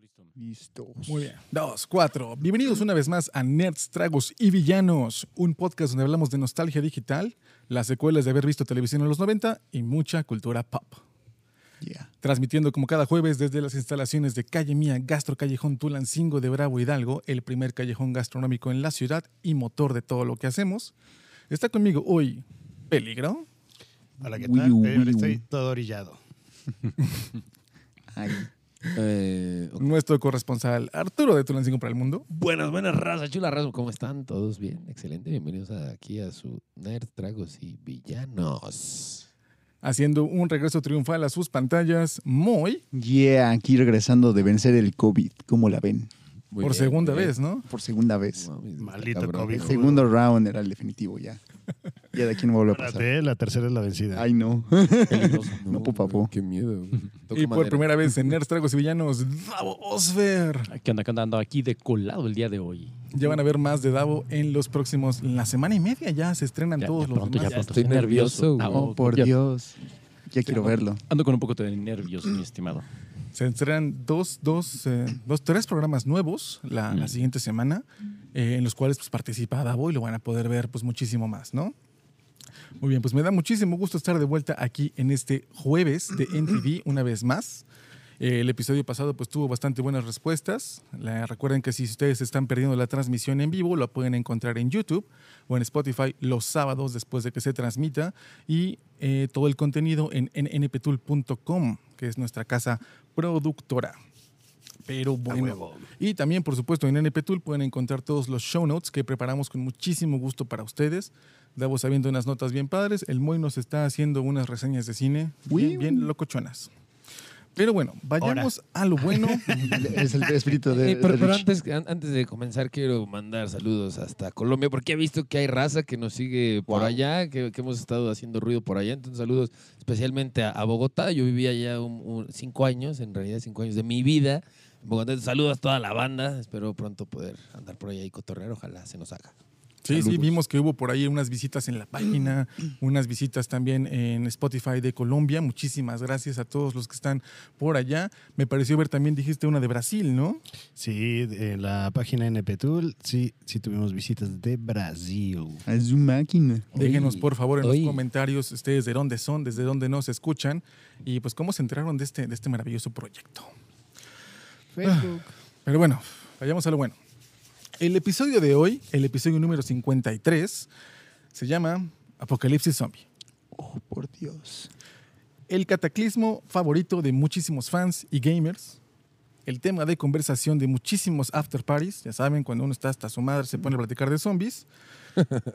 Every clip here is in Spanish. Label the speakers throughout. Speaker 1: Listo.
Speaker 2: Listos.
Speaker 3: Muy bien. Dos, cuatro. Bienvenidos una vez más a Nerds, Tragos y Villanos, un podcast donde hablamos de nostalgia digital, las secuelas de haber visto televisión en los 90 y mucha cultura pop.
Speaker 2: Yeah.
Speaker 3: Transmitiendo como cada jueves desde las instalaciones de Calle Mía, Gastro Callejón Tulancingo de Bravo Hidalgo, el primer callejón gastronómico en la ciudad y motor de todo lo que hacemos. Está conmigo hoy Peligro.
Speaker 4: Hola, ¿qué
Speaker 2: Uy,
Speaker 4: tal?
Speaker 2: uy,
Speaker 4: Eh, ahora
Speaker 2: uy.
Speaker 4: estoy todo orillado.
Speaker 2: Ay,
Speaker 1: Eh, ok.
Speaker 3: nuestro corresponsal Arturo de Tulancingo para el Mundo.
Speaker 1: Buenas, buenas razas, chula raza. ¿Cómo están? ¿Todos bien? Excelente. Bienvenidos a- aquí a su Nerd, Tragos y Villanos.
Speaker 3: Haciendo un regreso triunfal a sus pantallas, Moy,
Speaker 2: Yeah, aquí regresando de vencer el COVID. ¿Cómo la ven?
Speaker 1: Muy
Speaker 3: por
Speaker 1: bien,
Speaker 3: segunda
Speaker 1: muy bien.
Speaker 3: vez, ¿no?
Speaker 2: Por segunda vez.
Speaker 1: No mames,
Speaker 4: Maldito
Speaker 1: está cabrón.
Speaker 4: COVID.
Speaker 2: El segundo round era el definitivo ya. Ya de aquí no vuelve a pasar.
Speaker 4: Espérate, la tercera es la vencida.
Speaker 2: Ay, no.
Speaker 1: Peligroso.
Speaker 2: No, papá,
Speaker 1: güey,
Speaker 2: po.
Speaker 1: Qué miedo. güey. Toco
Speaker 3: Y por
Speaker 1: madera.
Speaker 3: primera vez en Nerds, Tragos y Villanos, Davo Osfer.
Speaker 5: ¿Qué onda? ¿Qué onda? Ando aquí de colado el día de hoy.
Speaker 3: Ya van a ver más de Davo en los próximos, en la semana y media ya se estrenan
Speaker 5: Ya,
Speaker 3: todos
Speaker 5: ya
Speaker 3: los
Speaker 5: pronto,
Speaker 3: demás.
Speaker 5: ya pronto.
Speaker 1: estoy nervioso,
Speaker 5: Ah,
Speaker 1: güey.
Speaker 2: Oh, por
Speaker 5: ya-
Speaker 2: Dios. Ya quiero verlo.
Speaker 5: Ando con un poco de nervios, mi estimado.
Speaker 3: Se estrenan dos, dos, eh, dos, tres programas nuevos la, la
Speaker 5: Mm.
Speaker 3: siguiente semana, eh, en los cuales pues, participa Davo y lo van a poder ver pues muchísimo más, ¿no? Muy bien, pues me da muchísimo gusto estar de vuelta aquí en este jueves de NTV una vez más. Eh, el episodio pasado pues tuvo bastante buenas respuestas. La- recuerden que si ustedes están perdiendo la transmisión en vivo, la pueden encontrar en YouTube o en Spotify los sábados después de que se transmita y eh, todo el contenido en nptool.com, que es nuestra casa productora. Pero
Speaker 4: A
Speaker 3: bueno,
Speaker 4: huevo.
Speaker 3: y también, por supuesto, en NP Tool pueden encontrar todos los show notes que preparamos con muchísimo gusto para ustedes. Davo sabiendo unas notas bien padres. El Moy nos está haciendo unas reseñas de cine bien, bien locochonas. Pero bueno, vayamos a lo bueno.
Speaker 2: Es el espíritu de.
Speaker 1: Eh, pero
Speaker 2: de
Speaker 1: pero
Speaker 2: Rich.
Speaker 1: antes, an- antes de comenzar, quiero mandar saludos hasta Colombia, porque he visto que hay raza que nos sigue por
Speaker 2: Wow.
Speaker 1: allá, que, que hemos estado haciendo ruido por allá. Entonces, saludos especialmente a, a Bogotá. Yo viví allá un- un- cinco años, en realidad cinco años de mi vida. En Bogotá, Entonces, saludos a toda la banda. Espero pronto poder andar por allá y cotorrear. Ojalá se nos haga.
Speaker 3: Sí, sí,
Speaker 1: Saludos.
Speaker 3: vimos que hubo por ahí unas visitas en la página, unas visitas también en Spotify de Colombia. Muchísimas gracias a todos los que están por allá. Me pareció ver también, dijiste una de Brasil, ¿no?
Speaker 4: Sí, en la página NP Tool sí, sí tuvimos visitas de Brasil.
Speaker 2: Es un máquina.
Speaker 3: Déjenos
Speaker 1: Oye,
Speaker 3: por favor en
Speaker 1: oye.
Speaker 3: los comentarios ustedes de dónde son, desde dónde nos escuchan y pues cómo se enteraron de este, de este maravilloso proyecto.
Speaker 4: Facebook.
Speaker 2: Ah.
Speaker 3: Pero bueno, vayamos a lo bueno. El episodio de hoy, el episodio número 53, se llama Apocalipsis Zombie.
Speaker 2: Oh, por Dios.
Speaker 3: El cataclismo favorito de muchísimos fans y gamers. El tema de conversación de muchísimos after parties. Ya saben, cuando uno está hasta su madre se pone a platicar de zombies.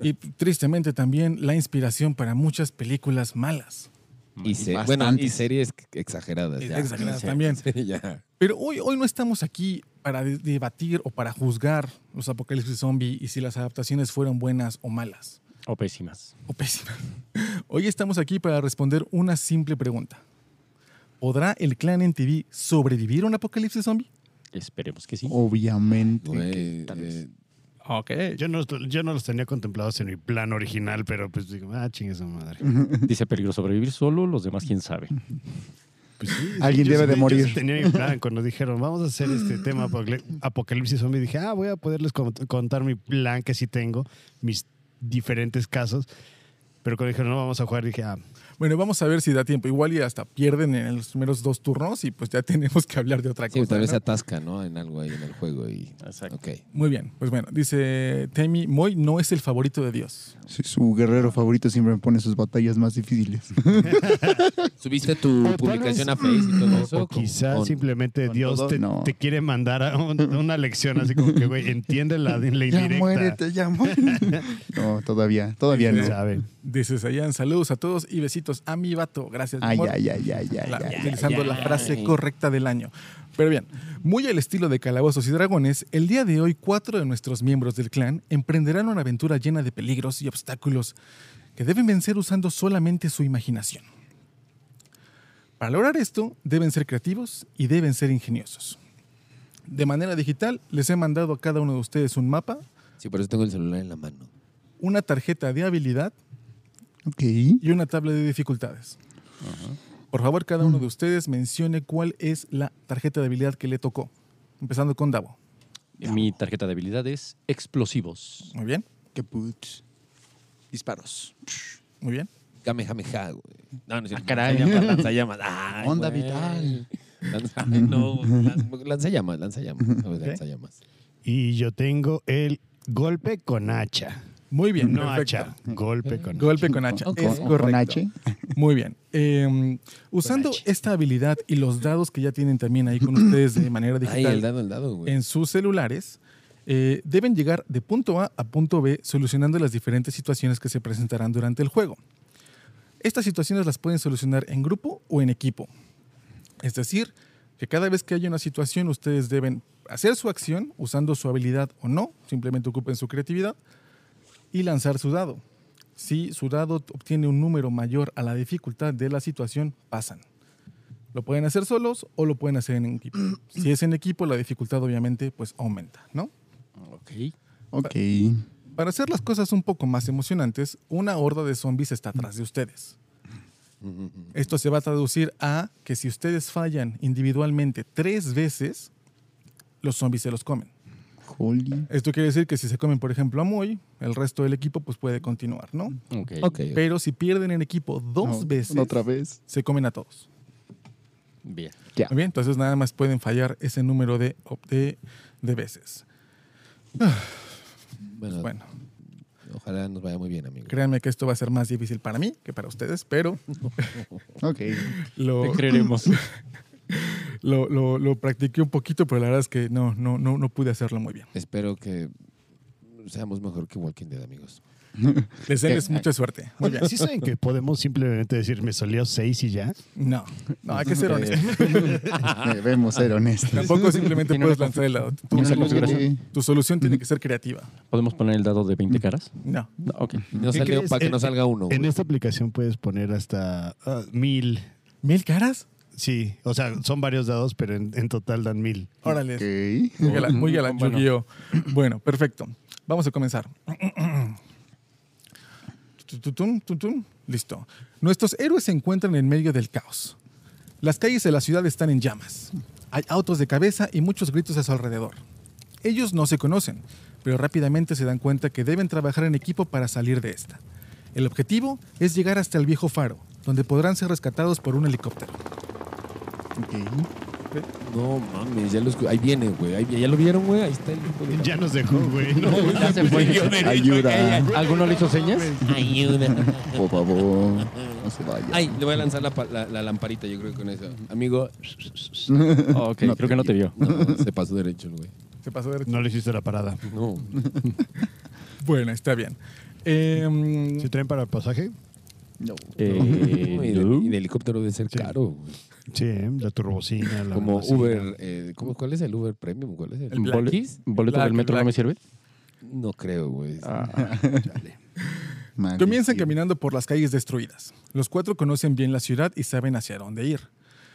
Speaker 3: y tristemente también la inspiración para muchas películas malas.
Speaker 5: Mm.
Speaker 1: Y, se-
Speaker 2: Bastantes.
Speaker 1: bueno, y series exageradas. ya.
Speaker 3: Exageradas también.
Speaker 1: Sí, ya.
Speaker 3: Pero hoy, hoy no estamos aquí para de- debatir o para juzgar los apocalipsis zombie y si las adaptaciones fueron buenas o malas
Speaker 5: O pésimas.
Speaker 3: o pésimas. Hoy estamos aquí para responder una simple pregunta. ¿Podrá el clan en TV sobrevivir a un apocalipsis zombie?
Speaker 5: Esperemos que sí.
Speaker 2: Obviamente.
Speaker 1: Güey,
Speaker 2: tal vez.
Speaker 1: eh,
Speaker 3: Ok.
Speaker 4: Yo no, yo no los tenía contemplados en mi plan original, pero pues digo, ah, chingue su madre.
Speaker 5: Dice peligro sobrevivir solo, los demás quién sabe.
Speaker 4: Pues sí,
Speaker 2: Alguien
Speaker 4: yo
Speaker 2: debe
Speaker 4: sí-
Speaker 2: de
Speaker 4: yo
Speaker 2: morir.
Speaker 4: sí tenía mi plan cuando dijeron, vamos a hacer este tema apocal- apocalipsis zombie. Dije, ah, voy a poderles cont- contar mi plan que sí tengo, mis diferentes casos. Pero cuando dijeron, no, vamos a jugar, dije, ah,
Speaker 3: Bueno, vamos a ver si da tiempo. Igual y hasta pierden en los primeros dos turnos y pues ya tenemos que hablar de otra
Speaker 1: sí,
Speaker 3: cosa.
Speaker 1: tal vez se
Speaker 3: ¿no?
Speaker 1: atasca, ¿no? En algo ahí en el juego. Y,
Speaker 5: Exacto.
Speaker 1: ok.
Speaker 3: Muy bien, pues bueno, dice Temi, Moy no es el favorito de Dios.
Speaker 2: Su- Su guerrero favorito siempre me pone sus batallas más difíciles.
Speaker 1: ¿Subiste tu
Speaker 4: O tal vez-
Speaker 1: publicación a Face y todo eso?
Speaker 4: O quizás
Speaker 1: Con-
Speaker 4: simplemente
Speaker 2: con
Speaker 4: Dios
Speaker 2: todo,
Speaker 4: te,
Speaker 2: no.
Speaker 4: te quiere mandar a un- una lección así como que, güey, entiende la, la
Speaker 2: ya
Speaker 4: indirecta.
Speaker 2: muérete, ya muérete. No, todavía, todavía
Speaker 4: ¿Quién
Speaker 2: no.
Speaker 4: sabe?
Speaker 3: Dice Sayan, saludos a todos y besitos a mi vato. Gracias. mi
Speaker 2: Ay,
Speaker 3: amor.
Speaker 2: ay, ay, ay, ay,
Speaker 3: La-
Speaker 2: ay.
Speaker 3: utilizando
Speaker 5: ay,
Speaker 3: la
Speaker 5: ay.
Speaker 3: frase correcta del año. Pero bien, muy al estilo de Calabozos y Dragones, el día de hoy cuatro de nuestros miembros del clan emprenderán una aventura llena de peligros y obstáculos que deben vencer usando solamente su imaginación. Para lograr esto, deben ser creativos y deben ser ingeniosos. De manera digital, les he mandado a cada uno de ustedes un mapa,
Speaker 1: Sí, por eso tengo el celular en la mano.
Speaker 3: una tarjeta de habilidad
Speaker 2: Ok.
Speaker 3: y una tabla de dificultades. Por favor, cada uno de ustedes mencione cuál es la tarjeta de habilidad que le tocó. Empezando con Davo.
Speaker 5: Mi tarjeta de habilidad es explosivos.
Speaker 3: Muy bien,
Speaker 2: Que putz. Disparos.
Speaker 3: muy bien.
Speaker 1: Kamehameha, güey. No, no es cierto.
Speaker 2: Ah, caray.
Speaker 1: Lanzallamas, lanzallamas. Ay,
Speaker 2: Onda
Speaker 1: güey.
Speaker 2: vital.
Speaker 1: Lanza- Ay, no, lan- lanzallamas, lanzallamas. No,
Speaker 3: Ok.
Speaker 1: lanzallamas.
Speaker 4: Y yo tengo el golpe con hacha.
Speaker 3: Muy bien,
Speaker 4: No
Speaker 3: perfecto.
Speaker 4: hacha, golpe con hacha.
Speaker 3: Golpe con hacha.
Speaker 1: Ok.
Speaker 3: Es
Speaker 2: Con-
Speaker 3: correcto.
Speaker 2: Con H.
Speaker 3: Muy bien. Eh, usando esta habilidad y los dados que ya tienen también ahí con ustedes de manera
Speaker 1: Ay, el
Speaker 3: digital Eh,
Speaker 1: dado, el dado, güey.
Speaker 3: en sus celulares, eh, deben llegar de punto A a punto B solucionando las diferentes situaciones que se presentarán durante el juego. Estas situaciones las pueden solucionar en grupo o en equipo. Es decir, que cada vez que haya una situación ustedes deben hacer su acción usando su habilidad o no, simplemente ocupen su creatividad y lanzar su dado. Si su dado obtiene un número mayor a la dificultad de la situación, pasan. Lo pueden hacer solos o lo pueden hacer en equipo. Si es en equipo, la dificultad obviamente pues aumenta, ¿no?
Speaker 5: Ok.
Speaker 2: Ok.
Speaker 3: Para hacer las cosas un poco más emocionantes, una horda de zombies está atrás de ustedes. Esto se va a traducir a que si ustedes fallan individualmente tres veces, los zombies se los comen.
Speaker 2: Holy.
Speaker 3: Esto quiere decir que si se comen, por ejemplo, a Moy, el resto del equipo pues puede continuar, ¿no?
Speaker 5: Ok.
Speaker 1: Ok.
Speaker 3: Pero si pierden en equipo dos
Speaker 2: No,
Speaker 3: veces,
Speaker 2: Otra vez.
Speaker 3: se comen a todos.
Speaker 5: Bien.
Speaker 2: Ya.
Speaker 3: Muy bien, entonces nada más pueden fallar ese número de, op- de, de veces.
Speaker 2: Ah.
Speaker 3: pues
Speaker 1: Bueno,
Speaker 3: Bueno,
Speaker 1: ojalá nos vaya muy bien, amigo.
Speaker 3: créanme que esto va a ser más difícil para mí que para ustedes, pero
Speaker 2: Ok.
Speaker 3: lo,
Speaker 5: Te creeremos.
Speaker 3: lo, lo- lo practiqué un poquito, pero la verdad es que no, no, no, no pude hacerlo muy bien.
Speaker 1: Espero que seamos mejor que Walking Dead, amigos.
Speaker 3: Deseenles mucha suerte. Muy bien.
Speaker 4: Oigan, ¿sí saben que podemos simplemente decir me solió seis y ya?
Speaker 3: No, no, hay que
Speaker 2: Eh,
Speaker 3: ser honestos.
Speaker 2: Debemos ser honestos.
Speaker 3: Tampoco simplemente
Speaker 5: Tiene
Speaker 3: puedes
Speaker 5: una
Speaker 3: lanzar el lado. Tu,
Speaker 5: Tiene una
Speaker 3: solu-
Speaker 5: configuración.
Speaker 3: tu solución tiene que ser creativa.
Speaker 5: ¿Podemos poner el dado de 20 caras?
Speaker 3: No.
Speaker 5: No, ok.
Speaker 1: No
Speaker 4: ¿Qué
Speaker 1: salió
Speaker 4: crees?
Speaker 1: para que no
Speaker 4: Eh,
Speaker 1: salga uno.
Speaker 4: En
Speaker 1: güey.
Speaker 4: esta aplicación puedes poner hasta ah, mil.
Speaker 3: ¿Mil caras?
Speaker 4: Sí, o sea, son varios dados, pero en, en total dan mil.
Speaker 3: Órale.
Speaker 2: Ok.
Speaker 3: Muy galán, muy galán,
Speaker 5: Bueno.
Speaker 3: Yu-Gi-Oh. Bueno, perfecto. Vamos a comenzar. Tutum, tutum. Listo. Nuestros héroes se encuentran en medio del caos. Las calles de la ciudad están en llamas. Hay autos de cabeza y muchos gritos a su alrededor. Ellos no se conocen, pero rápidamente se dan cuenta que deben trabajar en equipo para salir de esta. El objetivo es llegar hasta el viejo faro, donde podrán ser rescatados por un helicóptero.
Speaker 2: Ok.
Speaker 1: No mames, ya lo escu- Ahí viene, güey. Ahí vi- ya lo vieron, güey. Ahí está el grupo de-
Speaker 4: Ya nos dejó, güey. No,
Speaker 5: Ya se fue.
Speaker 2: Ayuda.
Speaker 5: ¿Alguno le hizo señas?
Speaker 1: Ayuda.
Speaker 2: Por favor. No se vaya.
Speaker 1: Ay, le voy a lanzar la, pa- la- la lamparita, yo creo, con eso. Amigo,
Speaker 5: Ok, creo que no te vio.
Speaker 1: no, se pasó derecho el güey.
Speaker 3: Se pasó de...
Speaker 4: No le hiciste la parada.
Speaker 1: No.
Speaker 3: Bueno, está bien. Em,
Speaker 4: ¿Se traen para el pasaje?
Speaker 2: No.
Speaker 5: Eh,
Speaker 1: No, y, de,
Speaker 5: no.
Speaker 1: y de helicóptero debe ser caro, güey.
Speaker 4: Sí, ¿eh? la turbocina. La
Speaker 1: Como
Speaker 4: mamacita.
Speaker 1: Uber. eh, ¿cómo- ¿Cuál es el Uber Premium? ¿Cuál es el?
Speaker 3: El
Speaker 5: Bole-
Speaker 3: Blackies?
Speaker 5: ¿Boleto
Speaker 3: Black,
Speaker 5: del metro
Speaker 3: Black.
Speaker 5: no me sirve?
Speaker 1: No creo, güey.
Speaker 5: Ah,
Speaker 2: Maldición.
Speaker 3: Comienzan caminando por las calles destruidas. Los cuatro conocen bien la ciudad y saben hacia dónde ir.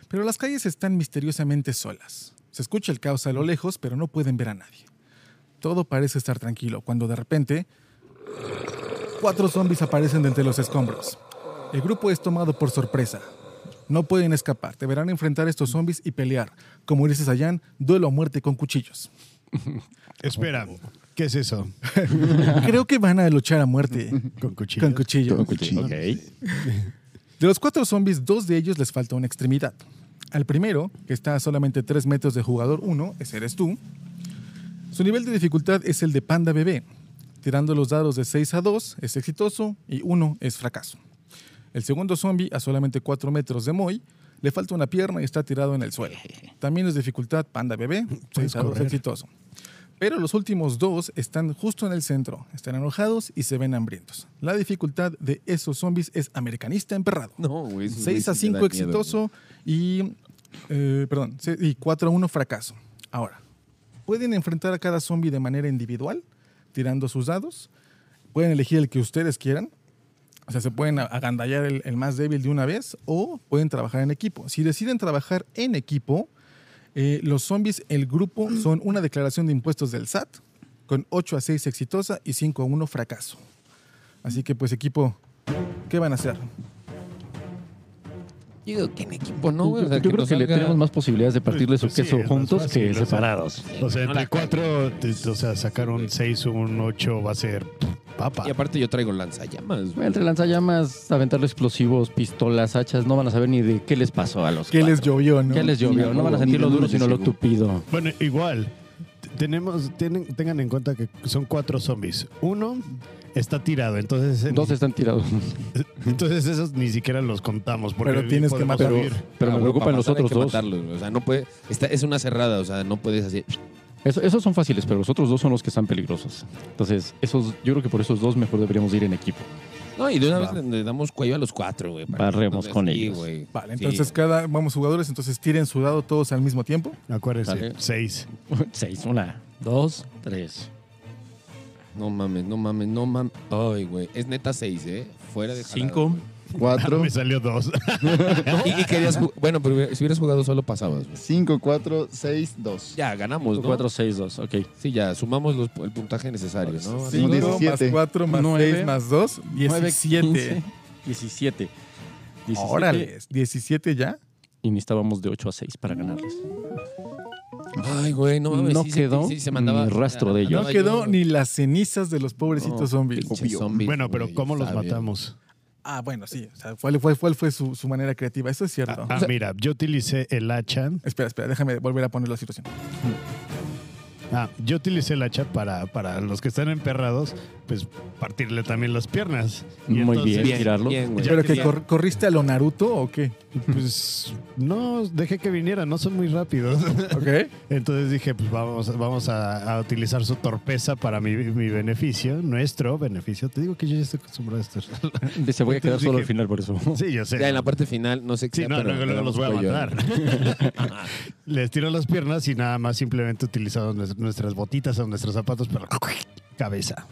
Speaker 3: Pero las calles están misteriosamente solas. Se escucha el caos a lo lejos, pero no pueden ver a nadie. Todo parece estar tranquilo cuando de repente cuatro zombies aparecen de entre los escombros. El grupo es tomado por sorpresa. No pueden escapar, deberán enfrentar a estos zombies y pelear. Como dice Sayan, duelo a muerte con cuchillos.
Speaker 4: Espera, ¿qué es eso?
Speaker 3: Creo que van a luchar a muerte
Speaker 4: Con cuchillo.
Speaker 3: con cuchillos.
Speaker 2: Con cuchillo.
Speaker 5: ok.
Speaker 3: De los cuatro zombies, dos de ellos les falta una extremidad. Al primero, que está a solamente 3 metros de jugador 1, ese eres tú. Su nivel de dificultad es el de panda bebé. Tirando los dados de 6 a 2 es exitoso y 1 es fracaso. El segundo zombie, a solamente 4 metros de Moy, le falta una pierna y está tirado en el suelo. También es dificultad panda bebé, 6 a 2
Speaker 4: correr.
Speaker 3: exitoso. Pero los últimos dos están justo en el centro, están enojados y se ven hambrientos. La dificultad de esos zombies es americanista emperrado.
Speaker 1: No, güey. esos
Speaker 3: 6 a
Speaker 1: güeyes sí
Speaker 3: 5
Speaker 1: me dan miedo,
Speaker 3: exitoso y, eh, perdón, se- y 4 a 1 fracaso. Ahora, pueden enfrentar a cada zombie de manera individual, tirando sus dados. Pueden elegir el que ustedes quieran. O sea, se pueden a- agandallar el, el más débil de una vez o pueden trabajar en equipo. Si deciden trabajar en equipo, eh, los zombies, el grupo, son una declaración de impuestos del SAT con 8 a 6 exitosa y 5 a 1 fracaso. Así que pues equipo, ¿qué van a hacer?
Speaker 1: Yo digo, ¿quién equipo no, güey? O sea,
Speaker 5: Yo creo
Speaker 1: nos
Speaker 5: que le
Speaker 1: salga-
Speaker 5: tenemos más posibilidades de partirle su
Speaker 4: Pues sí,
Speaker 5: queso
Speaker 4: es más
Speaker 5: juntos
Speaker 4: fácil,
Speaker 5: que
Speaker 4: o sea.
Speaker 5: separados.
Speaker 4: O sea,
Speaker 1: No la
Speaker 4: entre cuatro, te- o sea, sacar un 6, un 8 va a ser papa.
Speaker 1: Y aparte yo traigo lanzallamas, güey.
Speaker 5: Entre lanzallamas, aventarle explosivos, pistolas, hachas, no van a saber ni de qué les pasó a los
Speaker 3: ¿Qué les
Speaker 5: cuatro.
Speaker 3: llovió, no?
Speaker 5: ¿Qué les llovió? No van a
Speaker 2: Ni
Speaker 5: sentir lo
Speaker 2: de
Speaker 5: duro,
Speaker 2: dónde
Speaker 5: sino lo
Speaker 2: llegó.
Speaker 5: tupido.
Speaker 4: Bueno, igual, t- tenemos, tienen, tengan en cuenta que son cuatro zombies. Uno está tirado, entonces, en-
Speaker 5: Dos están tirados.
Speaker 4: entonces esos ni siquiera los contamos. Porque
Speaker 3: Pero tienes que
Speaker 4: podemos
Speaker 3: matar-
Speaker 4: huir.
Speaker 5: Pero
Speaker 1: Ah, güey,
Speaker 5: me preocupan
Speaker 1: para
Speaker 5: los
Speaker 1: pasar hay
Speaker 5: otros
Speaker 1: que
Speaker 5: dos.
Speaker 1: matarlos, güey. o sea, no puede... Está, es una cerrada, o sea, no puedes así...
Speaker 5: Eso- esos son fáciles, pero los otros dos son los que están peligrosos. Entonces, esos, yo creo que por esos dos mejor deberíamos ir en equipo.
Speaker 1: No, y de una
Speaker 4: Va.
Speaker 1: vez le, le damos cuello a los cuatro, güey. para-
Speaker 5: Barremos con
Speaker 1: Sí,
Speaker 5: ellos.
Speaker 1: güey.
Speaker 3: Vale,
Speaker 1: Sí.
Speaker 3: entonces cada, vamos jugadores, entonces tiren su dado todos al mismo tiempo.
Speaker 4: Acuérdense,
Speaker 1: Vale.
Speaker 4: seis.
Speaker 5: Seis, una, dos, tres.
Speaker 1: No mames, no mames, no mames. Ay, güey. Es neta seis, ¿eh? Fuera de... jalada,
Speaker 5: Cinco.
Speaker 1: güey.
Speaker 4: Ah,
Speaker 2: 4,
Speaker 4: me salió dos.
Speaker 1: Y, y querías... ju- Bueno, pero hubiera- si hubieras jugado solo pasabas, güey.
Speaker 2: 5, 4, 6, 2.
Speaker 1: Ya, ganamos, ¿no?
Speaker 5: Cuatro, seis, dos. Ok.
Speaker 1: Sí, ya, sumamos los- el puntaje necesario, ¿no?
Speaker 2: Sí.
Speaker 3: 5 más
Speaker 2: 17.
Speaker 3: 4 más
Speaker 5: Nueve.
Speaker 3: 6 más 2,
Speaker 5: Nueve,
Speaker 3: 17.
Speaker 5: quince, Diecisiete. Diecisiete.
Speaker 3: Órale, 17 ya.
Speaker 5: Y necesitábamos de ocho a seis para ganarles.
Speaker 1: Ay, güey, no mames.
Speaker 5: No
Speaker 1: sí, sí,
Speaker 5: quedó
Speaker 1: sí, sí, se mandaba-
Speaker 5: ni rastro de ellos.
Speaker 3: No
Speaker 1: andaba
Speaker 3: quedó
Speaker 1: yo-
Speaker 3: ni las cenizas de los pobrecitos
Speaker 1: No,
Speaker 3: zombies.
Speaker 1: pinches zombies,
Speaker 4: bueno, pero
Speaker 1: güey,
Speaker 4: ¿cómo los
Speaker 1: sabio.
Speaker 4: matamos?
Speaker 3: Ah, bueno, sí. O sea, ¿cuál fue, cuál fue su, su manera creativa? Eso es cierto.
Speaker 4: Ah, ah, mira, yo utilicé el hacha.
Speaker 3: Espera, espera, déjame volver a poner la situación.
Speaker 4: Ah, yo utilicé el hacha para, para los que están emperrados, pues partirle también las piernas. Y
Speaker 5: Muy
Speaker 4: entonces,
Speaker 5: bien, tirarlo.
Speaker 1: bien, güey.
Speaker 3: ¿Pero
Speaker 1: Ya
Speaker 3: que
Speaker 1: quería-
Speaker 3: cor- corriste a lo Naruto o qué?
Speaker 4: Pues no, dejé que vinieran, no son muy rápidos.
Speaker 3: ¿Ok?
Speaker 4: Entonces dije, pues vamos, vamos a, a utilizar su torpeza para mi, mi beneficio, nuestro beneficio. Te digo que yo ya estoy acostumbrado a esto.
Speaker 5: Se este voy a quedar
Speaker 4: Entonces
Speaker 5: solo al
Speaker 4: dije-
Speaker 5: final por eso.
Speaker 4: Sí, yo sé.
Speaker 1: Ya en la parte final, no sé qué.
Speaker 4: Sí, no,
Speaker 1: pero-
Speaker 4: luego, luego los voy a
Speaker 1: pero- pues,
Speaker 4: matar. Les tiro las piernas y nada más simplemente utilizamos nues- nuestras botitas o nuestros zapatos para cabeza.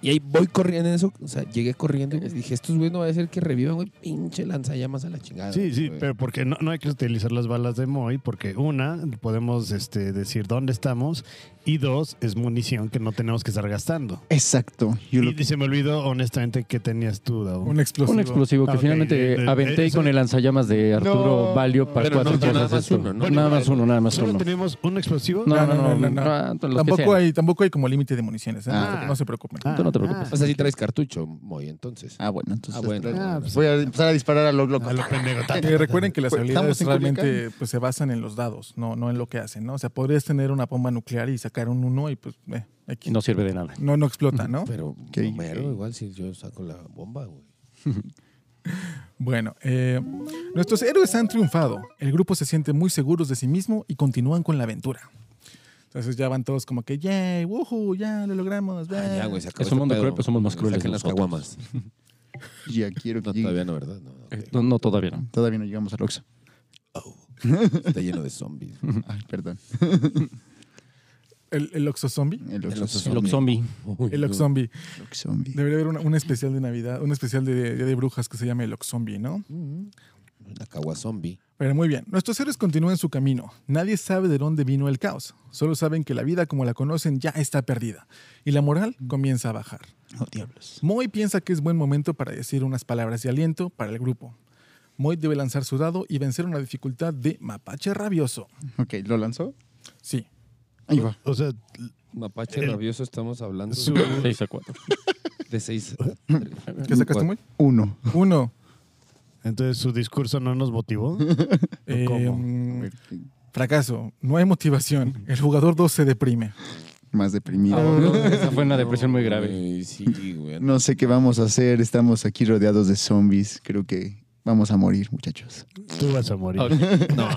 Speaker 1: Y ahí voy corriendo en eso. O sea, llegué corriendo y güey, dije, estos güeyes no va a ser que revivan, güey. Pinche lanzallamas a la chingada.
Speaker 4: Sí, sí,
Speaker 1: güey.
Speaker 4: pero porque no, no hay que utilizar las balas de Moy, porque una, podemos este, decir dónde estamos, y dos, es munición que no tenemos que estar gastando.
Speaker 2: Exacto. Yo lo-
Speaker 4: Y se me olvidó honestamente que tenías tú, Davo.
Speaker 3: Un explosivo.
Speaker 5: Un explosivo que
Speaker 4: Ah, ok.
Speaker 5: finalmente
Speaker 4: Eh, eh,
Speaker 5: aventé y
Speaker 4: eso-
Speaker 5: con el lanzallamas de Arturo
Speaker 2: No.
Speaker 5: Valio para
Speaker 1: Pero no,
Speaker 5: cuatro
Speaker 1: no, nada
Speaker 5: cosas
Speaker 1: más
Speaker 5: esto.
Speaker 1: uno, ¿no?
Speaker 5: nada más uno, nada más
Speaker 4: Solo
Speaker 5: uno.
Speaker 4: tenemos un explosivo.
Speaker 5: No,
Speaker 3: No,
Speaker 5: no,
Speaker 3: no,
Speaker 5: no,
Speaker 3: no,
Speaker 5: no, los que
Speaker 3: Tampoco
Speaker 5: sean.
Speaker 3: hay, tampoco hay como límite de municiones, ¿eh?
Speaker 2: Ah.
Speaker 3: O sea, que no se preocupen.
Speaker 4: Ah,
Speaker 5: Tú no te preocupes.
Speaker 1: O sea, sí traes cartucho, Moy, entonces.
Speaker 2: Ah, bueno, entonces.
Speaker 1: Ah, bueno.
Speaker 2: trae-
Speaker 4: Ah, pues-
Speaker 2: Voy a empezar a disparar a lo
Speaker 4: ah,
Speaker 2: loco.
Speaker 4: a lo pendejo. Ta, ta, ta,
Speaker 3: Eh, recuerden que las
Speaker 2: Pues,
Speaker 3: habilidades
Speaker 2: estamos en
Speaker 3: realmente pues, se basan en los dados, no, no en lo que hacen, ¿no? O sea, podrías tener una bomba nuclear y sacar un 1 y pues, eh,
Speaker 5: Y
Speaker 3: X.
Speaker 5: no sirve de nada.
Speaker 3: No, no explota, ¿no?
Speaker 1: Pero
Speaker 2: Ok,
Speaker 1: Homero,
Speaker 2: ok.
Speaker 1: igual si yo saco la bomba, güey.
Speaker 3: Bueno, eh, nuestros héroes han triunfado. El grupo se siente muy seguros de sí mismo y continúan con la aventura. Entonces ya van todos como que, yay, woohoo, ya lo logramos.
Speaker 1: Ah,
Speaker 3: bah".
Speaker 1: ya, güey, se acabó
Speaker 5: Es un
Speaker 1: este
Speaker 5: mundo
Speaker 1: pedo.
Speaker 5: cruel, pero somos más
Speaker 1: Saquen
Speaker 5: crueles
Speaker 1: las
Speaker 5: nosotros.
Speaker 1: caguamas.
Speaker 2: Ya quiero que
Speaker 1: No,
Speaker 2: llegue.
Speaker 1: todavía no, ¿verdad? No, ok.
Speaker 5: No, Eh, no, todavía no.
Speaker 2: Todavía no llegamos al Oxxo.
Speaker 1: Está lleno de zombies.
Speaker 2: Ay, perdón.
Speaker 3: El, el Oxozombie.
Speaker 2: El
Speaker 1: El Oxxo
Speaker 2: Oxxo
Speaker 5: El
Speaker 2: zombie.
Speaker 5: Oxombi.
Speaker 3: El Oxombie.
Speaker 2: El Oxxo zombie.
Speaker 3: Debería haber una- un especial de Navidad, un especial de Día de Brujas que se llame el Oxombie, ¿no?
Speaker 1: La caguazombie.
Speaker 3: Pero muy bien, nuestros héroes continúan su camino. Nadie sabe de dónde vino el caos. Solo saben que la vida como la conocen ya está perdida. Y la moral comienza a bajar.
Speaker 2: Oh, diablos.
Speaker 3: Moy piensa que es buen momento para decir unas palabras de aliento para el grupo. Moy debe lanzar su dado y vencer una dificultad de mapache rabioso.
Speaker 2: Ok, ¿lo lanzó?
Speaker 3: Sí.
Speaker 2: Ahí va.
Speaker 4: O sea,
Speaker 1: Mapache
Speaker 4: El-
Speaker 1: rabioso, estamos hablando
Speaker 4: su-
Speaker 5: Seis a cuatro.
Speaker 1: de seis.
Speaker 2: Mm,
Speaker 3: ¿Qué sacaste, Moy?
Speaker 2: Uno.
Speaker 3: Uno.
Speaker 4: entonces su discurso no nos motivó.
Speaker 3: Eh,
Speaker 4: ¿Cómo?
Speaker 2: A
Speaker 3: mm,
Speaker 2: ver, eh,
Speaker 3: fracaso. No hay motivación. El jugador 2 se deprime.
Speaker 2: Más
Speaker 5: Ah,
Speaker 2: deprimido.
Speaker 5: Esa fue una depresión muy grave.
Speaker 1: Ay, sí, güey.
Speaker 2: No sé qué vamos a hacer. Estamos aquí rodeados de zombies. Creo que vamos a morir, muchachos.
Speaker 4: Tú vas a morir.
Speaker 1: No,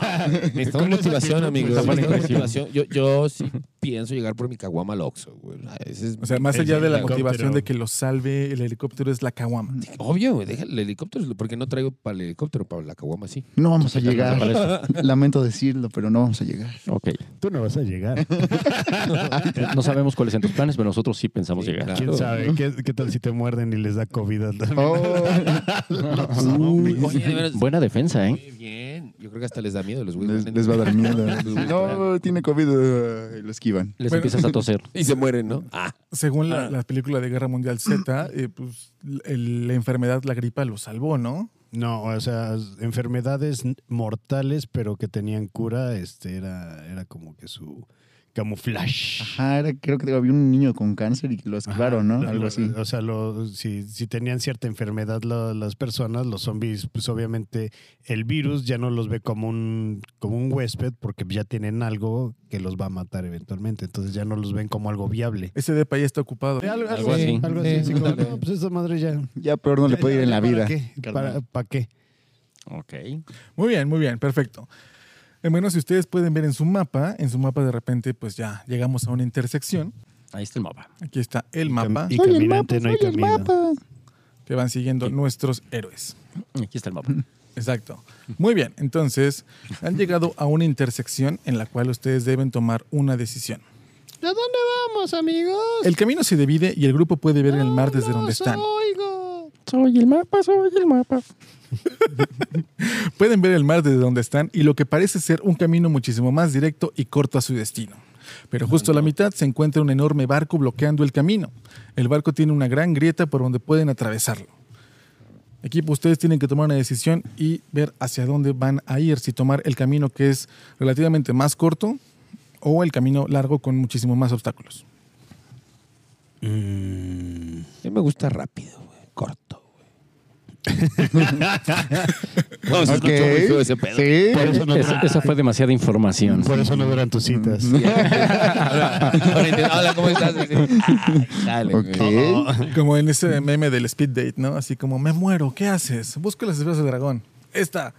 Speaker 1: necesitamos motivación, amigos.
Speaker 5: Esa fue la
Speaker 1: Necesitamos
Speaker 5: impresión.
Speaker 1: motivación. Yo, yo sí pienso llegar por mi caguama al Oxxo, güey. Ah, Ese es-
Speaker 3: O sea, más
Speaker 4: El
Speaker 3: allá de la
Speaker 4: helicóptero.
Speaker 3: motivación de que lo salve el helicóptero es la
Speaker 2: Mm.
Speaker 3: caguama.
Speaker 1: obvio, güey. Deja el helicóptero, porque no traigo para el helicóptero, para la caguama sí.
Speaker 2: No vamos a
Speaker 5: Ya no
Speaker 2: llegar.
Speaker 5: aparece.
Speaker 2: Lamento decirlo, pero no vamos a llegar.
Speaker 5: Ok.
Speaker 4: Tú no vas a llegar.
Speaker 5: No sabemos cuáles son tus planes, pero nosotros sí pensamos
Speaker 1: Sí,
Speaker 5: llegar.
Speaker 1: claro.
Speaker 4: ¿Quién sabe? ¿Qué, qué tal si te muerden y les da COVID? al-
Speaker 2: Oh. Uy,
Speaker 1: Oye, de veras,
Speaker 5: Buena defensa, ¿eh?
Speaker 1: muy bien. Yo creo que hasta les da miedo los güeyes.
Speaker 2: les, les va a dar miedo.
Speaker 1: No.
Speaker 2: No, tiene COVID. eh, Lo esquivan.
Speaker 5: Les
Speaker 3: Bueno.
Speaker 5: empiezas a toser.
Speaker 1: Y se mueren, ¿no? Ah,
Speaker 3: Según la, la película de Guerra Mundial Z, eh, pues, el- la enfermedad, la gripa, lo salvó, ¿no?
Speaker 4: No, o sea, enfermedades n- mortales, pero que tenían cura, este era, era como que su camuflaje.
Speaker 2: Ajá, era- creo que había un niño con cáncer y que lo esquivaron, ¿no?
Speaker 4: Lo-
Speaker 2: Algo
Speaker 4: lo-
Speaker 2: así.
Speaker 4: O sea, lo- si, si tenían cierta enfermedad la- las personas, los zombies, pues obviamente el virus ya no los ve como un, como un huésped porque ya tienen algo que los va a matar eventualmente. Entonces ya no los ven como algo viable.
Speaker 3: Ese depa ya está ocupado.
Speaker 4: Algo,
Speaker 1: Algo así, así.
Speaker 4: Algo
Speaker 1: algo
Speaker 4: así.
Speaker 1: así, sí,
Speaker 4: como,
Speaker 1: ándale.
Speaker 4: no, pues esa madre ya.
Speaker 2: Ya peor no le
Speaker 4: ya-
Speaker 2: puede ir
Speaker 4: ya-
Speaker 2: en
Speaker 4: ya
Speaker 2: la vida.
Speaker 4: ¿Para qué?
Speaker 2: carnal.
Speaker 4: ¿Para, para qué?
Speaker 5: Ok.
Speaker 3: Muy bien, muy bien, perfecto. Eh, Bueno, si ustedes pueden ver en su mapa, en su mapa de repente, pues ya llegamos a una intersección.
Speaker 5: Ahí está el mapa.
Speaker 3: Aquí está el mapa
Speaker 4: Y caminante no hay camino.
Speaker 3: que van siguiendo nuestros héroes.
Speaker 5: Aquí está el mapa.
Speaker 3: Exacto. Muy bien, entonces han llegado a una intersección en la cual ustedes deben tomar una decisión.
Speaker 4: ¿A dónde vamos, amigos?
Speaker 3: El camino se divide y el grupo puede ver el mar desde donde están.
Speaker 4: Oigo.
Speaker 5: Soy el mapa, soy el mapa.
Speaker 3: Pueden ver el mar desde donde están y lo que parece ser un camino muchísimo más directo y corto a su destino. Pero justo a la mitad se encuentra un enorme barco bloqueando el camino. El barco tiene una gran grieta por donde pueden atravesarlo. Equipo, ustedes tienen que tomar una decisión y ver hacia dónde van a ir, si tomar el camino que es relativamente más corto o el camino largo con muchísimo más obstáculos.
Speaker 1: A mí me gusta rápido, güey. Corto, güey. no, se
Speaker 2: Ok.
Speaker 1: escuchó muy feo ese pedo.
Speaker 2: Sí.
Speaker 4: Por eso no,
Speaker 5: Esa, esa fue demasiada información.
Speaker 4: por eso no duran tus citas.
Speaker 1: Ahora- ahora entiendo. Hola, ¿cómo estás? Sí, sí. Ay, Dale, güey.
Speaker 2: Ok.
Speaker 3: Como en ese meme del speed date, ¿no? Así como, me muero, ¿qué haces? Busco las esferas de dragón. Esta.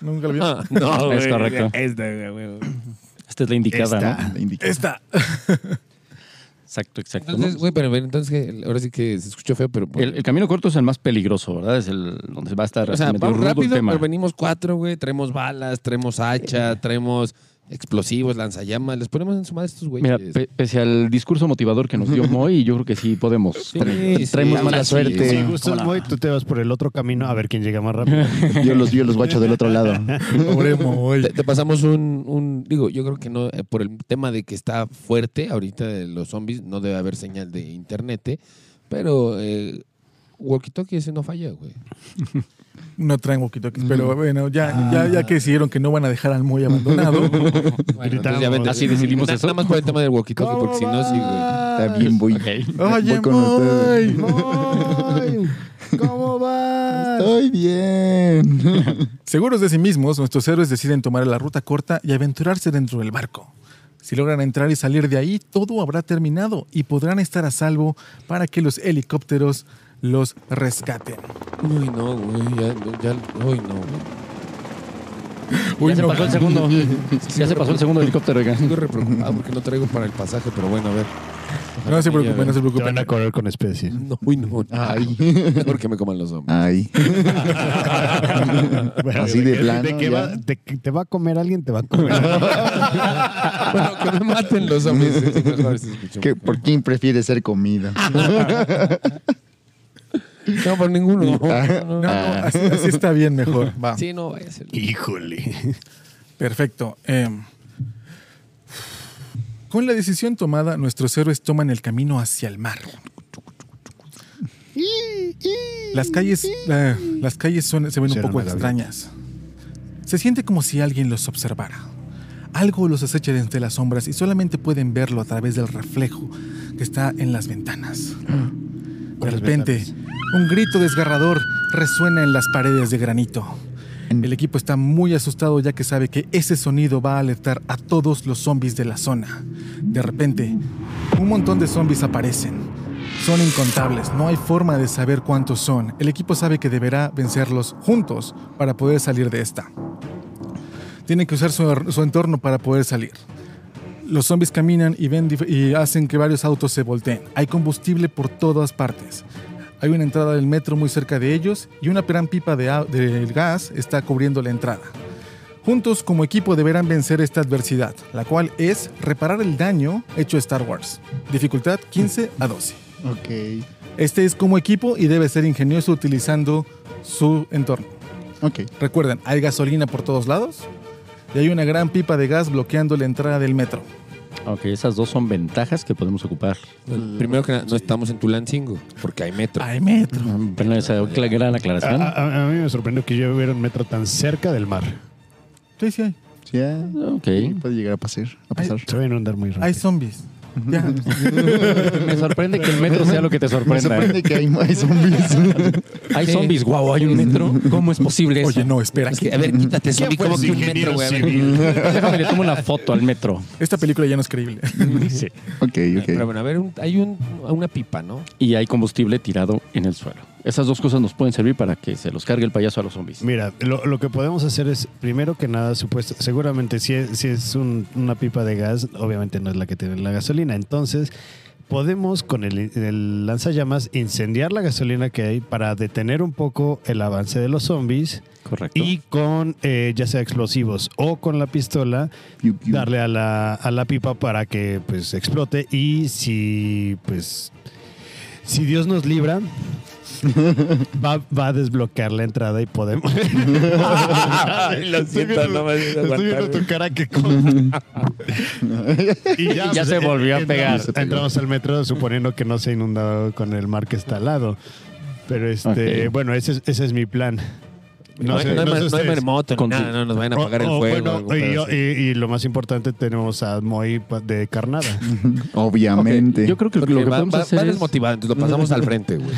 Speaker 3: Nunca la vio.
Speaker 1: Ah, No,
Speaker 5: Es
Speaker 1: güey.
Speaker 5: correcto.
Speaker 1: Esta, güey.
Speaker 5: Esta es la indicada,
Speaker 4: Esta.
Speaker 5: ¿no?
Speaker 2: La indica.
Speaker 3: Esta.
Speaker 5: Exacto, exacto.
Speaker 1: Entonces,
Speaker 5: ¿no?
Speaker 1: güey, pero, pero entonces que- ahora sí que se escuchó feo, pero.
Speaker 5: el, el camino corto es el más peligroso, ¿verdad? Es el donde va a estar
Speaker 1: o sea,
Speaker 5: medio
Speaker 1: vamos
Speaker 5: rudo el
Speaker 1: rápido,
Speaker 5: tema.
Speaker 1: pero venimos cuatro, güey. Traemos balas, traemos
Speaker 5: Eh.
Speaker 1: hacha, traemos explosivos, lanzallamas. Les ponemos en su madre estos güeyes.
Speaker 5: Mira, pe- pese al discurso motivador que nos dio Moy, yo creo que sí podemos. Tra-
Speaker 1: sí,
Speaker 5: traemos
Speaker 1: sí,
Speaker 5: mala
Speaker 1: sí,
Speaker 5: suerte.
Speaker 4: Si
Speaker 2: Sí.
Speaker 4: gustas,
Speaker 5: Hola.
Speaker 4: Moy, tú te vas por el otro camino a ver quién llega más rápido.
Speaker 2: Yo los, yo los guacho del otro lado.
Speaker 3: Pobre Moy.
Speaker 1: Te, te pasamos un, un- Digo, yo creo que no. eh, por el tema de que está fuerte ahorita de los zombies, no debe haber señal de internet. eh, Pero. Eh, Walkie-talkie ese no falla, güey.
Speaker 3: No traen walkie-talkies, pero bueno, ya, ya,
Speaker 2: Ah.
Speaker 3: ya que decidieron que no van a dejar al Moy abandonado.
Speaker 1: Ah, Bueno, entonces ya vete.
Speaker 5: Así decidimos
Speaker 1: Na-
Speaker 5: eso.
Speaker 1: Nada más por el tema del walkie-talkie, porque si no, sí, güey.
Speaker 2: Está bien, voy.
Speaker 3: Oye,
Speaker 2: Voy con
Speaker 3: Moy.
Speaker 2: ustedes.
Speaker 4: Moy, ¿Cómo vas?
Speaker 2: Estoy bien.
Speaker 3: Seguros de sí mismos, nuestros héroes deciden tomar la ruta corta y aventurarse dentro del barco. Si logran entrar y salir de ahí, todo habrá terminado y podrán estar a salvo para que los helicópteros los rescaten.
Speaker 1: Uy, no, güey. Ya, ya, uy, no, güey.
Speaker 3: Uy,
Speaker 5: ya se
Speaker 3: no.
Speaker 5: pasó el segundo. ya se pasó el segundo helicóptero, oigan.
Speaker 1: Estoy re preocupado porque no traigo para el pasaje, pero bueno, a ver.
Speaker 3: No se preocupen, no se
Speaker 4: Te van
Speaker 3: preocupen.
Speaker 4: a correr con especie.
Speaker 1: No, uy, no. no.
Speaker 2: Ay.
Speaker 1: Mejor que me coman los hombres.
Speaker 2: Ay. Así de plano,
Speaker 4: De
Speaker 2: ya.
Speaker 4: que va- de que te va a comer alguien, te va a comer.
Speaker 1: bueno, que me maten los hombres. sí, mejor se escuchó.
Speaker 2: ¿Qué- ¿Por quién prefiere ser comida?
Speaker 1: No, por ninguno.
Speaker 3: No, no,
Speaker 4: Ah.
Speaker 3: así, así está bien mejor. Va.
Speaker 1: Sí, no, vaya a ser.
Speaker 4: Híjole.
Speaker 3: Perfecto. Eh, con la decisión tomada, nuestros héroes toman el camino hacia el mar. Las calles, la- las calles son- se ven un
Speaker 4: Será
Speaker 3: poco
Speaker 4: una gaviota.
Speaker 3: extrañas. Se siente como si alguien los observara. Algo los acecha desde las sombras y solamente pueden verlo a través del reflejo que está en las ventanas. De
Speaker 4: ¿Cuáles
Speaker 3: repente, un grito desgarrador resuena en las paredes de granito. El equipo está muy asustado ya que sabe que ese sonido va a alertar a todos los zombies de la zona. De repente, un montón de zombies aparecen. Son incontables, no hay forma de saber cuántos son. El equipo sabe que deberá vencerlos juntos para poder salir de esta. Tienen que usar su, er- su entorno para poder salir. Los zombies caminan y, ven dif- y hacen que varios autos se volteen. Hay combustible por todas partes. Hay una entrada del metro muy cerca de ellos y una gran pipa de, a- de gas está cubriendo la entrada. Juntos como equipo deberán vencer esta adversidad, la cual es reparar el daño hecho a Star Wars. Dificultad 15 a 12.
Speaker 2: Ok.
Speaker 3: Este es como equipo y debe ser ingenioso utilizando su entorno.
Speaker 2: Ok.
Speaker 3: Recuerden, hay gasolina por todos lados y hay una gran pipa de gas bloqueando la entrada del metro.
Speaker 5: Aunque esas dos son ventajas que podemos ocupar.
Speaker 1: Pues, Primero que nada, no estamos en Tulancingo, porque hay metro.
Speaker 3: Hay metro.
Speaker 5: Bueno, esa cla- gran
Speaker 4: A,
Speaker 5: aclaración.
Speaker 4: a- a mí me sorprendió que yo viera un metro tan cerca del mar.
Speaker 3: Sí, sí hay.
Speaker 2: Sí, ah,
Speaker 5: Ok.
Speaker 2: sí, puede llegar a pasar. A pasar.
Speaker 4: Se va a inundar muy rápido.
Speaker 3: Hay zombies. Ya.
Speaker 5: Me sorprende que el metro sea lo que te
Speaker 2: Me
Speaker 5: sorprenda.
Speaker 2: sorprende que hay, hay zombies.
Speaker 5: Hay zombies, guau, hay un metro. ¿Cómo es posible eso?
Speaker 3: Oye, no, espera.
Speaker 1: Es que, a ver, quítate eso.
Speaker 4: ¿Quién fue
Speaker 1: como
Speaker 4: ese
Speaker 1: que un
Speaker 4: ingeniero
Speaker 1: metro, güey. a ver.
Speaker 4: civil?
Speaker 5: Déjame, le tomo una foto al metro.
Speaker 3: Esta película ya no es creíble.
Speaker 4: Sí.
Speaker 2: ok,
Speaker 1: Pero
Speaker 2: ok.
Speaker 1: bueno, a ver, un- hay un, una pipa, ¿no?
Speaker 5: Y hay combustible tirado en el suelo. Esas dos cosas nos pueden servir para que se los cargue el payaso a los zombies.
Speaker 4: Mira, lo, lo que podemos hacer es, primero que nada, supuesto, seguramente si es, si es un- una pipa de gas, obviamente no es la que tiene la gasolina. Entonces, podemos con el, el lanzallamas incendiar la gasolina que hay para detener un poco el avance de los zombies
Speaker 5: Correcto.
Speaker 4: y con, eh, ya sea explosivos o con la pistola,
Speaker 2: Piu, piu.
Speaker 4: darle a la, a la pipa para que pues explote y si pues si Dios nos libra va, va a desbloquear la entrada y podemos
Speaker 1: Lo siento, no me vas a
Speaker 4: Estoy viendo
Speaker 1: aguantar.
Speaker 4: tu cara que con- y pues,
Speaker 5: Ya se volvió a pegar.
Speaker 4: entramos, entramos al metro suponiendo que no se ha inundado con el mar que está al lado pero este
Speaker 5: Ok.
Speaker 4: bueno ese es, ese es mi plan
Speaker 1: No,
Speaker 4: sé-
Speaker 1: no hay
Speaker 4: sé
Speaker 1: mar- no hay
Speaker 4: ustedes.
Speaker 1: maremoto, ni
Speaker 5: Con-
Speaker 1: nada, no nos vayan a apagar el
Speaker 4: O- o,
Speaker 1: fuego.
Speaker 4: bueno,
Speaker 1: algo, pero
Speaker 4: y, yo-
Speaker 1: sí.
Speaker 4: y- y lo más importante, tenemos a Moy pa- de Carnada.
Speaker 2: Obviamente.
Speaker 5: Yo creo que
Speaker 1: Porque
Speaker 5: lo que
Speaker 1: va,
Speaker 5: podemos
Speaker 1: va-
Speaker 5: hacer
Speaker 1: va
Speaker 5: es...
Speaker 1: desmotivado, entonces lo pasamos al frente, güey.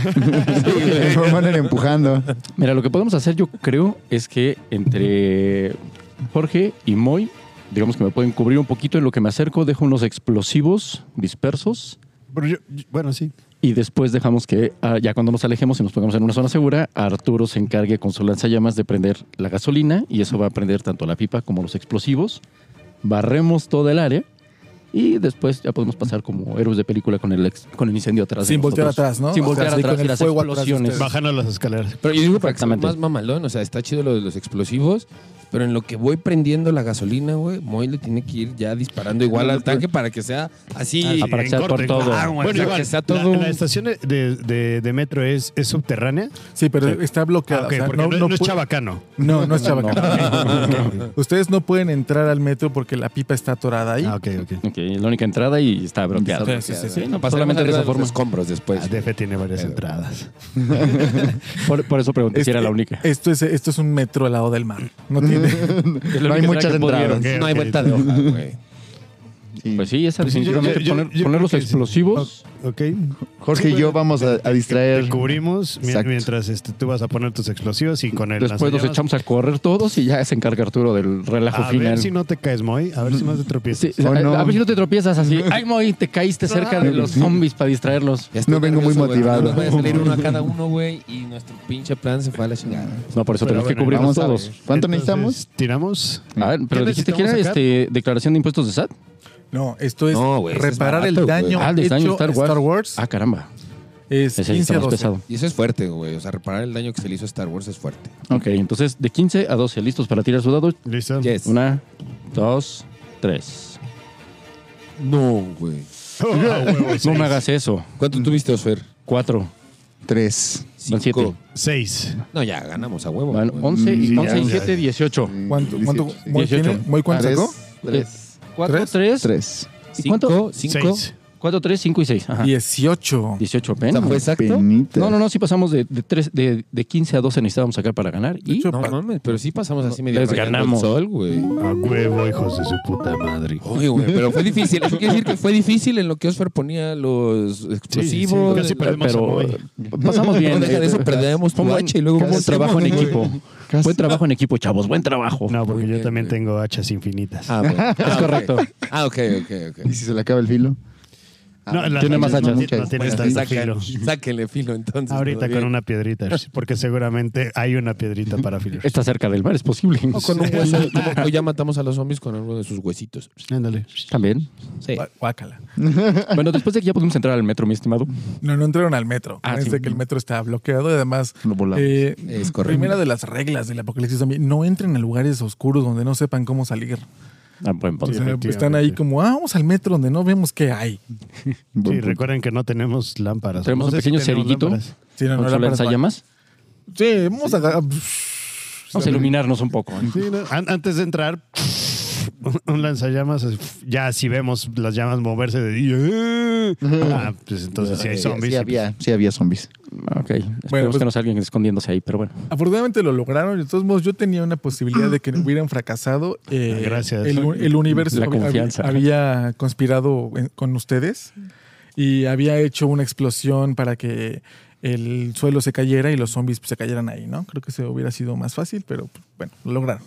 Speaker 2: Por van a ir empujando.
Speaker 5: Mira, lo que podemos hacer yo creo es que entre Jorge y Moy, digamos que me pueden cubrir un poquito en lo que me acerco, dejo unos explosivos dispersos
Speaker 4: Pero yo- yo- bueno, sí.
Speaker 5: y después dejamos que, ah, ya cuando nos alejemos y nos pongamos en una zona segura, Arturo se encargue con su lanzallamas de prender la gasolina y eso va a prender tanto la pipa como los explosivos. Barremos todo el área y después ya podemos pasar como héroes de película con el, ex- con el incendio atrás. de
Speaker 3: Sin voltear
Speaker 5: nosotros.
Speaker 3: atrás, ¿no?
Speaker 5: Sin
Speaker 3: O
Speaker 5: voltear
Speaker 3: sea, sí,
Speaker 5: atrás
Speaker 3: con
Speaker 5: y
Speaker 3: el
Speaker 5: las
Speaker 3: fuego atrás de
Speaker 5: explosiones.
Speaker 3: ustedes.
Speaker 4: Bajando las escaleras.
Speaker 1: Pero yo digo para que sea
Speaker 5: Exactamente.
Speaker 1: más mamalón, o sea, está chido lo de los explosivos, pero en lo que voy prendiendo la gasolina, güey, Moy le tiene que ir ya disparando igual al tanque para que sea así.
Speaker 5: Ah, para que
Speaker 4: en
Speaker 5: sea por
Speaker 4: corte.
Speaker 5: todo.
Speaker 1: Ah,
Speaker 4: Bueno,
Speaker 1: o sea,
Speaker 4: Iván,
Speaker 1: que sea
Speaker 4: la-
Speaker 1: todo
Speaker 4: la,
Speaker 1: un-
Speaker 4: estación de, de- de metro es, es subterránea.
Speaker 3: Sí, pero está bloqueada.
Speaker 4: Ah, ok,
Speaker 3: o sea,
Speaker 4: porque no, no es
Speaker 3: puede-
Speaker 4: chabacano.
Speaker 3: No, no es chabacano. Ustedes no pueden entrar al metro porque la pipa está atorada ahí.
Speaker 4: Ah, ok, ok.
Speaker 5: Ok, la única entrada y está bloqueado.
Speaker 3: Sí, sí, sí, sí.
Speaker 5: no, solamente de esa forma.
Speaker 1: escombros después.
Speaker 4: Ah, DF tiene varias entradas.
Speaker 5: Por, por eso pregunté si
Speaker 3: Este-
Speaker 5: era la única.
Speaker 3: Esto es, esto es un metro al lado del mar. No tiene.
Speaker 2: No hay muchas entradas.
Speaker 4: Ok,
Speaker 1: pues no hay
Speaker 4: ok.
Speaker 1: vuelta de hoja, güey.
Speaker 2: Sí.
Speaker 5: Pues sí, esa
Speaker 4: Pues sí, yo-
Speaker 5: definitivamente.
Speaker 4: yo- yo-
Speaker 5: poner
Speaker 4: yo
Speaker 5: poner
Speaker 4: creo
Speaker 5: los
Speaker 4: que sí.
Speaker 5: explosivos.
Speaker 4: Ok.
Speaker 2: Jorge y yo vamos a, a
Speaker 4: Te
Speaker 2: distraer.
Speaker 4: cubrimos mi-
Speaker 2: Exacto.
Speaker 4: mientras este, tú vas a poner tus explosivos y con el
Speaker 5: Después nos
Speaker 4: lanzallamas-
Speaker 5: echamos a correr todos y ya se encarga Arturo del relajo
Speaker 4: A
Speaker 5: final.
Speaker 4: ver si no te caes, Moy. A ver si no te
Speaker 5: Sí,
Speaker 4: tropiezas.
Speaker 5: a-
Speaker 2: Oh, no.
Speaker 5: A ver si no te tropiezas así. Ay, Moy, te
Speaker 4: Ah.
Speaker 5: caíste cerca de los zombies para distraerlos.
Speaker 1: Ya estoy
Speaker 2: No vengo muy
Speaker 1: güey,
Speaker 2: motivado.
Speaker 1: no Nos vaya a salir uno a cada uno, güey, y nuestro pinche plan se fue a la chingada.
Speaker 5: No, por eso
Speaker 4: Pero
Speaker 5: tenemos que
Speaker 4: bueno,
Speaker 5: cubrirnos
Speaker 2: Vamos a
Speaker 5: todos.
Speaker 2: ¿Cuánto
Speaker 4: Entonces,
Speaker 2: necesitamos?
Speaker 4: Tiramos.
Speaker 5: A ver, pero
Speaker 4: ¿Qué
Speaker 5: dijiste que era
Speaker 4: necesitamos sacar?
Speaker 5: este, declaración de impuestos de SAT.
Speaker 3: No, esto es
Speaker 1: No, güey, eso es
Speaker 3: reparar
Speaker 1: barato,
Speaker 3: el
Speaker 1: güey.
Speaker 3: daño
Speaker 5: Ah, el
Speaker 3: hecho
Speaker 5: diseño de Star
Speaker 3: Star
Speaker 5: Wars.
Speaker 3: Wars.
Speaker 5: Ah, caramba.
Speaker 3: es
Speaker 5: Ese sí está
Speaker 3: 15 a
Speaker 5: más
Speaker 3: 12.
Speaker 5: pesado.
Speaker 1: Y eso es fuerte, güey. O sea, reparar el daño que se le hizo a Star Wars es fuerte.
Speaker 5: Ok, entonces de 15 a 12, listos para tirar su dado.
Speaker 4: Listo.
Speaker 1: Yes.
Speaker 5: Una, dos, tres.
Speaker 1: No, güey.
Speaker 4: Oh, huevo,
Speaker 5: No
Speaker 4: seis.
Speaker 5: me hagas eso.
Speaker 1: ¿Cuánto tuviste, Osfer?
Speaker 5: Cuatro.
Speaker 2: Tres.
Speaker 5: Van siete.
Speaker 4: Seis.
Speaker 1: No, ya ganamos a huevo.
Speaker 5: Van
Speaker 1: güey.
Speaker 5: 11 y
Speaker 4: Sí,
Speaker 5: 11 y
Speaker 4: ya, ya.
Speaker 5: 7, 18.
Speaker 3: ¿Cuánto, cuánto,
Speaker 2: Dieciocho,
Speaker 3: Moy
Speaker 5: Dieciocho.
Speaker 3: tiene- Moy, ¿cuánto
Speaker 2: Tres,
Speaker 3: sacó?
Speaker 2: Tres.
Speaker 5: 4,
Speaker 3: ¿Tres?
Speaker 5: 3,
Speaker 2: Tres.
Speaker 1: Cinco, cinco.
Speaker 4: Seis.
Speaker 5: 4, 3, 5 y 6.
Speaker 3: 18.
Speaker 5: 18
Speaker 1: O sea,
Speaker 5: apenas.
Speaker 1: fue exacto.
Speaker 2: Penita.
Speaker 5: No, no, no, sí pasamos de, de, tres- de, de 15 a 12 necesitábamos sacar para ganar. Y
Speaker 3: Ocho
Speaker 1: No
Speaker 3: pa-
Speaker 1: mames, pero sí pasamos así medio
Speaker 5: Les
Speaker 1: rayando el
Speaker 5: ganamos.
Speaker 1: sol, güey.
Speaker 4: A huevo, hijos de su puta madre.
Speaker 1: Oye, güey, pero fue difícil. Eso quiere decir que fue difícil en lo que Osfer ponía los explosivos.
Speaker 4: casi perdemos a
Speaker 5: pero
Speaker 4: Moy.
Speaker 5: pasamos bien.
Speaker 1: No, deja de eso,
Speaker 5: Eh,
Speaker 1: perdemos tu
Speaker 5: fue un buen-
Speaker 1: hacha y luego
Speaker 5: fue un buen
Speaker 1: casi
Speaker 5: trabajo en
Speaker 1: hacemos,
Speaker 5: equipo. Buen trabajo en equipo, chavos. Buen trabajo.
Speaker 4: No,
Speaker 1: Muy
Speaker 4: porque yo
Speaker 1: bien,
Speaker 4: también
Speaker 1: güey.
Speaker 4: tengo hachas infinitas.
Speaker 1: Ah, bueno.
Speaker 5: Es
Speaker 1: Ah, ok.
Speaker 5: correcto.
Speaker 1: Ah, ok, ok, ok.
Speaker 2: ¿Y si se le acaba el filo?
Speaker 4: No, las
Speaker 5: Tiene más
Speaker 4: hachas no-
Speaker 2: hachas.
Speaker 4: No tiene
Speaker 1: Bueno,
Speaker 4: tanto
Speaker 1: saca-
Speaker 4: filo.
Speaker 1: sáquenle filo entonces.
Speaker 4: Ahorita con una piedrita, porque seguramente hay una piedrita para filar.
Speaker 5: Está cerca del mar, es posible.
Speaker 1: O con un hueso. como- o ya matamos a los zombies con uno de sus huesitos.
Speaker 4: Ándale.
Speaker 5: También. Sí.
Speaker 3: Gua- Guácala.
Speaker 5: Bueno, después de aquí ya podemos entrar al metro, mi estimado.
Speaker 3: No, no entraron al metro.
Speaker 5: Ah,
Speaker 3: es
Speaker 5: sí.
Speaker 3: de que el metro está bloqueado y además.
Speaker 2: Lo volamos.
Speaker 3: eh,
Speaker 1: Es correcto.
Speaker 3: Primera de las reglas del apocalipsis también. No entren a lugares oscuros donde no sepan cómo salir.
Speaker 5: Ah, buen punto.
Speaker 3: O sea,
Speaker 4: Efectivamente.
Speaker 3: están ahí como, ah, vamos al metro donde no vemos qué hay.
Speaker 4: Sí, recuerden que no tenemos lámparas.
Speaker 5: Tenemos
Speaker 4: No
Speaker 5: un
Speaker 4: sé si
Speaker 5: pequeño
Speaker 4: tenemos
Speaker 5: cerillito.
Speaker 4: lámparas.
Speaker 3: Sí, no, no,
Speaker 5: ¿Con su
Speaker 3: lámparas,
Speaker 5: lanzallamas?
Speaker 3: Sí, vamos a.
Speaker 5: Vamos a iluminarnos un poco.
Speaker 4: Sí, no, an- Antes de entrar, un, un lanzallamas, es- ya si vemos las llamas moverse de... y- Ah, pues entonces si hay zombies.
Speaker 2: Sí
Speaker 4: y pues-
Speaker 2: había, sí había zombies.
Speaker 5: Ah, Ok, esperemos
Speaker 3: pues-
Speaker 5: que no sea alguien escondiéndose ahí, pero bueno.
Speaker 3: Afortunadamente lo lograron. De todos modos, yo tenía una posibilidad de que hubieran fracasado. Eh,
Speaker 4: Gracias.
Speaker 3: El, el universo
Speaker 5: Ah, La
Speaker 3: hab- hab-
Speaker 5: confianza.
Speaker 3: había conspirado en- con ustedes y había hecho una explosión para que el suelo se cayera y los zombies pues, se cayeran ahí, ¿no? Creo que se hubiera sido más fácil, pero pues, bueno, lo lograron.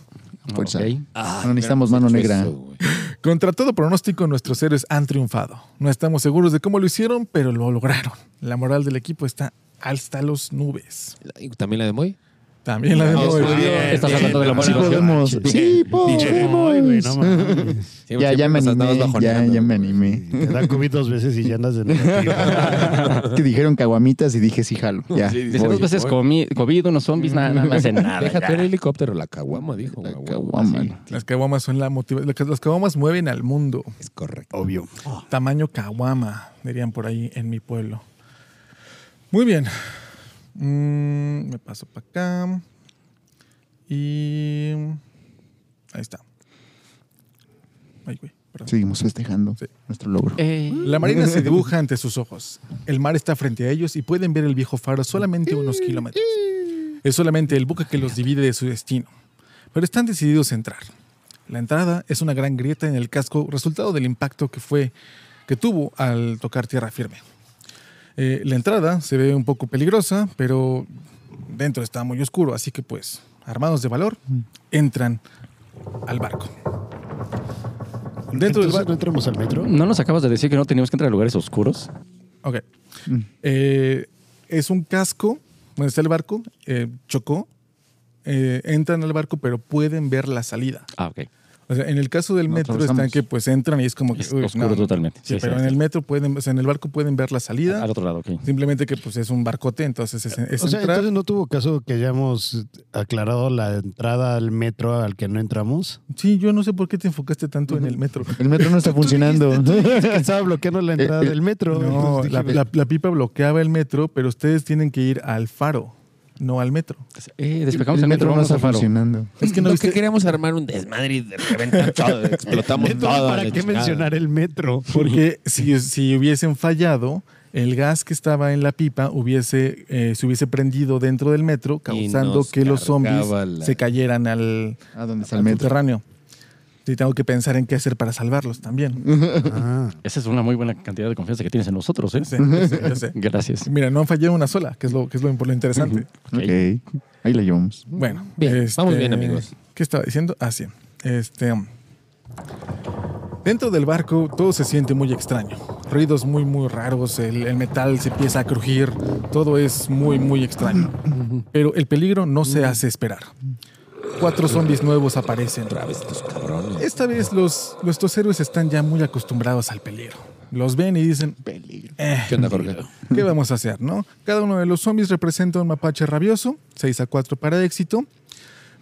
Speaker 3: pues
Speaker 2: Fuerza.
Speaker 5: Ok.
Speaker 1: Ah,
Speaker 2: No necesitamos
Speaker 1: hubiéramos
Speaker 2: mano
Speaker 1: hecho
Speaker 2: negra.
Speaker 1: eso, güey.
Speaker 3: Contra todo pronóstico, nuestros héroes han triunfado. No estamos seguros de cómo lo hicieron, pero lo lograron. La moral del equipo está hasta las nubes.
Speaker 1: ¿Y ¿También la de Moy?
Speaker 3: También la de
Speaker 1: Ah,
Speaker 3: hoy.
Speaker 1: muy bien.
Speaker 5: Estás hablando de la
Speaker 2: Sí
Speaker 5: motivación.
Speaker 2: podemos.
Speaker 4: manches.
Speaker 2: Sí
Speaker 4: Dije, "Ay, güey, no
Speaker 2: podemos.
Speaker 4: mames".
Speaker 2: Ya, ya
Speaker 1: pues,
Speaker 2: me animé. Ya, ya me animé.
Speaker 4: Te da COVID dos veces y ya andas de negativo.
Speaker 2: Te dijeron caguamitas y dije, sí, jalo. Ya.
Speaker 1: Sí,
Speaker 5: Dice
Speaker 1: Voy,
Speaker 5: dos veces
Speaker 1: voy.
Speaker 5: comi- COVID, unos zombies, nada, nada, no hacen nada.
Speaker 1: Déjate
Speaker 5: ya.
Speaker 1: el helicóptero, la caguama, dijo.
Speaker 2: La
Speaker 1: güey.
Speaker 2: caguama.
Speaker 1: Sí,
Speaker 3: Las caguamas son la motivación. Las caguamas mueven al mundo.
Speaker 1: Es correcto.
Speaker 4: Obvio.
Speaker 3: Tamaño caguama, dirían por ahí en mi pueblo. Muy bien. Mm, me paso para acá. Y. Ahí está. Ay, güey, perdón.
Speaker 2: Seguimos festejando
Speaker 3: Sí.
Speaker 2: nuestro logro.
Speaker 5: Eh,
Speaker 3: La marina se dibuja ante sus ojos. El mar está frente a ellos y pueden ver el viejo faro solamente unos kilómetros. Es solamente el buque que los divide de su destino. Pero están decididos a entrar. La entrada es una gran grieta en el casco, resultado del impacto que fue que tuvo al tocar tierra firme. Eh, la entrada se ve un poco peligrosa, pero dentro está muy oscuro, así que pues, armados de valor, entran al barco. Dentro del
Speaker 4: Entonces,
Speaker 3: barco.
Speaker 4: ¿no entramos al metro?
Speaker 5: ¿No nos acabas de decir que no teníamos que entrar a lugares oscuros?
Speaker 3: Ok. Eh, es un casco donde está el barco, eh, chocó, eh, entran al barco, pero pueden ver la salida.
Speaker 5: Ah, ok.
Speaker 3: O sea, en el caso del
Speaker 2: No
Speaker 3: metro están
Speaker 2: atravesamos.
Speaker 3: que pues entran y es como que...
Speaker 5: Es oscuro totalmente.
Speaker 3: Sí,
Speaker 5: Sí,
Speaker 3: pero
Speaker 5: sí,
Speaker 3: en
Speaker 5: sí.
Speaker 3: el metro pueden, o sea, en el barco pueden ver la salida.
Speaker 5: Al otro lado, ok.
Speaker 3: Simplemente que pues es un barcote, entonces es, es
Speaker 4: O sea,
Speaker 3: entrar.
Speaker 4: entonces no tuvo caso que hayamos aclarado la entrada al metro al que no entramos.
Speaker 3: Sí, yo no sé por qué te enfocaste tanto en el metro.
Speaker 2: El metro no está funcionando.
Speaker 4: Estaba bloqueando la entrada
Speaker 2: Eh, eh,
Speaker 4: del metro.
Speaker 3: No,
Speaker 4: Entonces
Speaker 3: la,
Speaker 4: dije,
Speaker 3: la- la pipa bloqueaba el metro, pero ustedes tienen que ir al faro, no al metro.
Speaker 5: Eh, despegamos
Speaker 2: el metro no
Speaker 5: vamos
Speaker 2: está
Speaker 5: al faro.
Speaker 2: funcionando.
Speaker 1: Es que
Speaker 3: no
Speaker 1: no
Speaker 3: viste-
Speaker 1: que queríamos armar un desmadre y de reventar todo, explotamos
Speaker 4: Entonces,
Speaker 1: todo. a
Speaker 4: ¿para
Speaker 1: la
Speaker 4: qué
Speaker 1: chingada.
Speaker 4: mencionar el metro?
Speaker 3: Porque si, si hubiesen fallado, el gas que estaba en la pipa hubiese, eh, se hubiese prendido dentro del metro, causando
Speaker 1: nos
Speaker 3: que los zombies
Speaker 1: cargaba la-
Speaker 3: se cayeran al,
Speaker 2: ¿A dónde está
Speaker 3: al
Speaker 2: el metro?
Speaker 3: subterráneo. Y tengo que pensar en qué hacer para salvarlos también.
Speaker 4: Ah,
Speaker 5: Esa es una muy buena cantidad de confianza que tienes en nosotros, ¿eh?
Speaker 3: Yo sé, yo sé, yo sé.
Speaker 5: Gracias.
Speaker 3: Mira, no han fallado una sola, que es lo, que es lo, lo interesante.
Speaker 5: Ok.
Speaker 2: Ok. Ahí la llevamos.
Speaker 3: Bueno, este,
Speaker 1: Bien, vamos bien, amigos.
Speaker 3: ¿Qué estaba diciendo? Ah, sí. Este. Dentro del barco todo se siente muy extraño. Ruidos muy, muy raros. El, el metal se empieza a crujir. Todo es muy, muy extraño. Pero el peligro no se hace esperar. Cuatro zombies nuevos aparecen.
Speaker 1: Otra vez estos cabrones.
Speaker 3: Esta vez los, nuestros héroes están ya muy acostumbrados al peligro. Los ven y dicen,
Speaker 2: Peligro.
Speaker 3: "Eh,
Speaker 1: ¿Qué onda, Jorge?
Speaker 3: ¿Qué vamos a hacer, no? Cada uno de los zombies representa un mapache rabioso, 6 a 4 para éxito.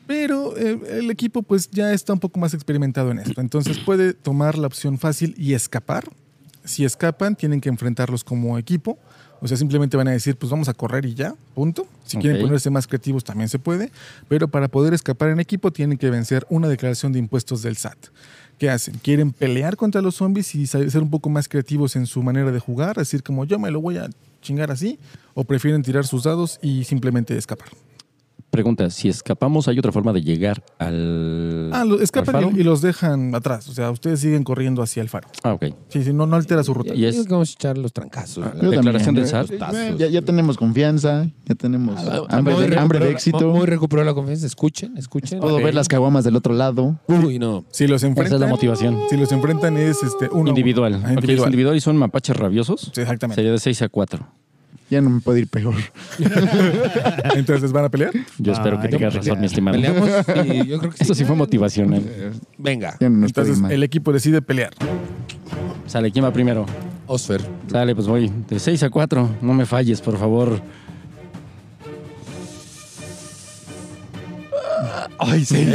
Speaker 3: Pero eh, el equipo pues ya está un poco más experimentado en esto. Entonces puede tomar la opción fácil y escapar. Si escapan, tienen que enfrentarlos como equipo. O sea, simplemente van a decir, pues vamos a correr y ya, punto. Si quieren
Speaker 5: Ok.
Speaker 3: ponerse más creativos también se puede. Pero para poder escapar en equipo tienen que vencer una declaración de impuestos del SAT. ¿Qué hacen? ¿Quieren pelear contra los zombies y sa- ser un poco más creativos en su manera de jugar? Decir como yo me lo voy a chingar así. ¿O prefieren tirar sus dados y simplemente escapar?
Speaker 5: Pregunta, si escapamos, ¿hay otra forma de llegar al
Speaker 3: Ah, lo-
Speaker 5: al
Speaker 3: escapan
Speaker 5: faro?
Speaker 3: y, y los dejan atrás. O sea, ustedes siguen corriendo hacia el faro.
Speaker 5: Ah, ok.
Speaker 3: Sí, sí, no, no altera su ruta.
Speaker 5: Y es
Speaker 1: Digo que vamos a echar los trancazos. la-
Speaker 2: yo
Speaker 5: declaración
Speaker 2: también.
Speaker 5: del SAT.
Speaker 1: los tazos.
Speaker 2: Ya, ya tenemos confianza, ya tenemos hambre,
Speaker 1: Moy
Speaker 2: de,
Speaker 1: Ah, recuperó
Speaker 2: hambre de
Speaker 1: la-
Speaker 2: éxito.
Speaker 1: Moy recuperó la confianza. Escuchen, escuchen.
Speaker 2: Puedo
Speaker 1: Ok.
Speaker 2: ver las caguamas del otro lado.
Speaker 1: Uy, no.
Speaker 3: Si los enfrentan.
Speaker 5: Esa es la motivación.
Speaker 3: Si los enfrentan es este, uno. a
Speaker 5: Individual.
Speaker 3: uno.
Speaker 5: Ok,
Speaker 3: Ah,
Speaker 5: es
Speaker 3: individual.
Speaker 5: individual y son mapaches rabiosos.
Speaker 3: Sí, exactamente.
Speaker 5: Sería de 6 a 4.
Speaker 2: Ya no me puede ir peor.
Speaker 3: Entonces van a pelear.
Speaker 5: Yo
Speaker 4: Ah,
Speaker 5: espero que
Speaker 4: hay que
Speaker 5: tengas
Speaker 4: pelear.
Speaker 5: razón, mi estimado.
Speaker 1: Peleamos y yo creo que
Speaker 5: Eso sí fue motivacional.
Speaker 1: Venga.
Speaker 2: Ya no nos puede
Speaker 3: Entonces
Speaker 2: ir mal.
Speaker 3: el equipo decide pelear.
Speaker 5: Sale, ¿quién va primero?
Speaker 1: Osfer.
Speaker 5: Sale, pues voy. De 6 a 4. No me falles, por favor.
Speaker 3: Ay, seis.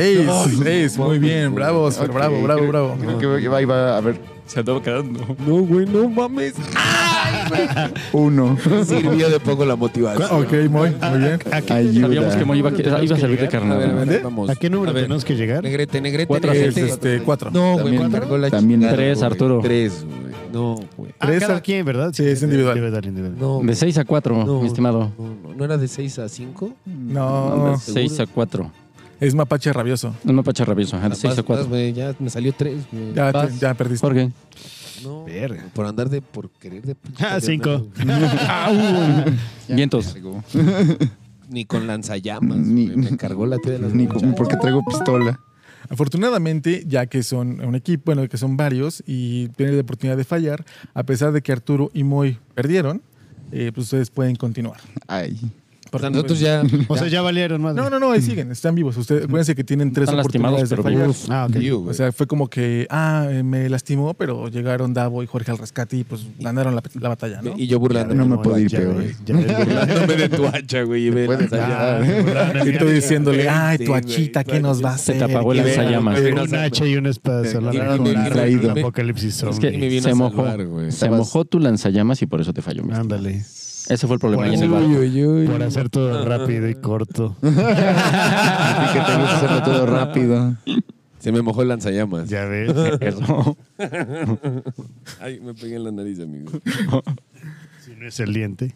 Speaker 3: Seis. Muy bien. Bravo, Oscar.
Speaker 2: Ok,
Speaker 3: Bravo, bravo,
Speaker 2: creo-
Speaker 3: bravo.
Speaker 2: Creo que va- va, va a haber
Speaker 5: Se andaba quedando.
Speaker 1: No, güey, no mames.
Speaker 2: Uno.
Speaker 1: Ah, Sirvió de poco la motivación.
Speaker 3: Ok, muy, muy bien.
Speaker 5: Sabíamos que
Speaker 2: Ayuda.
Speaker 5: Moy iba, a que- iba a servir de
Speaker 1: A ver, a
Speaker 5: carnada.
Speaker 1: ver, vamos.
Speaker 4: ¿A qué número
Speaker 1: A ver,
Speaker 4: tenemos que llegar?
Speaker 1: Negrete, negrete,
Speaker 5: Cuatro,
Speaker 3: Es
Speaker 1: negrete.
Speaker 3: este, cuatro.
Speaker 1: No, güey,
Speaker 2: También-
Speaker 1: me cargó la
Speaker 2: también
Speaker 1: chingada,
Speaker 5: tres,
Speaker 1: güey.
Speaker 5: Arturo.
Speaker 1: Tres, güey. No, güey.
Speaker 4: Ah,
Speaker 3: Tres
Speaker 4: cada
Speaker 3: al-
Speaker 4: quien, ¿verdad? Eh,
Speaker 3: Sí, es individual.
Speaker 4: Individual, individual.
Speaker 1: No,
Speaker 5: De 6 a 4,
Speaker 1: No.
Speaker 5: mi estimado. Ah,
Speaker 1: No, no, ¿no era de 6 a 5?
Speaker 3: No,
Speaker 5: 6 a 4.
Speaker 3: es mapache rabioso.
Speaker 5: Un mapache rabioso. ajá, De 6 a 4.
Speaker 1: Ya me salió 3, güey.
Speaker 3: Ya,
Speaker 1: Vas.
Speaker 3: te- ya perdiste.
Speaker 5: Jorge.
Speaker 1: No,
Speaker 4: Verga.
Speaker 1: por andar de, por querer de pinche
Speaker 4: Ah,
Speaker 1: Leonardo,
Speaker 4: cinco.
Speaker 1: güey.
Speaker 5: Vientos.
Speaker 1: Ni con lanzallamas,
Speaker 2: Ni-
Speaker 1: güey, me cargó la tía de las
Speaker 2: Ni como
Speaker 1: muchachas.
Speaker 2: porque traigo pistola.
Speaker 3: Afortunadamente, ya que son un equipo, bueno, que son varios y tienen la oportunidad de fallar, a pesar de que Arturo y Moy perdieron, eh, pues ustedes pueden continuar.
Speaker 2: Ay.
Speaker 1: O sea,
Speaker 3: Porque-
Speaker 1: nosotros ya...
Speaker 4: O sea, ya valieron más.
Speaker 3: No, no, no, ahí siguen, están vivos. Ustedes, acuérdense que tienen tres
Speaker 5: Están lastimados,
Speaker 3: oportunidades de
Speaker 5: pero
Speaker 3: fallar.
Speaker 4: Ah,
Speaker 5: vivos.
Speaker 4: ok.
Speaker 1: Tío, güey.
Speaker 3: O sea, fue como que, ah, eh, me lastimó, pero llegaron Davo y Jorge al rescate y pues ganaron la, la batalla, ¿no?
Speaker 1: Ah, Y yo burlándome.
Speaker 2: No me
Speaker 4: Ya,
Speaker 2: puedo ir
Speaker 4: ya,
Speaker 2: peor.
Speaker 4: güey, ya es burla.
Speaker 1: burlándome de tu hacha, güey. Y ve
Speaker 2: puede
Speaker 1: lanzallamas.
Speaker 2: dar.
Speaker 3: Y tú diciéndole, ay,
Speaker 1: Sí,
Speaker 3: tu
Speaker 1: güey,
Speaker 3: hachita, ¿qué
Speaker 1: claro,
Speaker 3: nos
Speaker 1: yo-
Speaker 3: va a
Speaker 5: Se
Speaker 3: hacer?
Speaker 5: te apagó el
Speaker 3: ¿Qué verga?"
Speaker 5: lanzallamas.
Speaker 4: Con un hacha y una espada solar.
Speaker 2: Y-
Speaker 4: Ah,
Speaker 2: y-
Speaker 4: con
Speaker 2: traído.
Speaker 4: un Apocalipsis
Speaker 5: Es
Speaker 4: zombie.
Speaker 5: que
Speaker 1: me vino
Speaker 5: se
Speaker 1: a
Speaker 5: mojó.
Speaker 1: salvar, güey. Ah.
Speaker 5: Se
Speaker 2: Estabas-
Speaker 5: mojó tu lanzallamas y por eso te falló. mi-
Speaker 4: Ándale.
Speaker 5: Ese fue el problema ahí en el
Speaker 4: Uy,
Speaker 5: barco.
Speaker 4: Por hacer todo rápido y corto.
Speaker 2: Y que tengo que hacerlo todo rápido.
Speaker 1: Se me mojó el lanzallamas.
Speaker 4: Ya ves.
Speaker 5: Eso.
Speaker 1: Ay, me pegué en la nariz, amigo.
Speaker 4: Si no es el diente.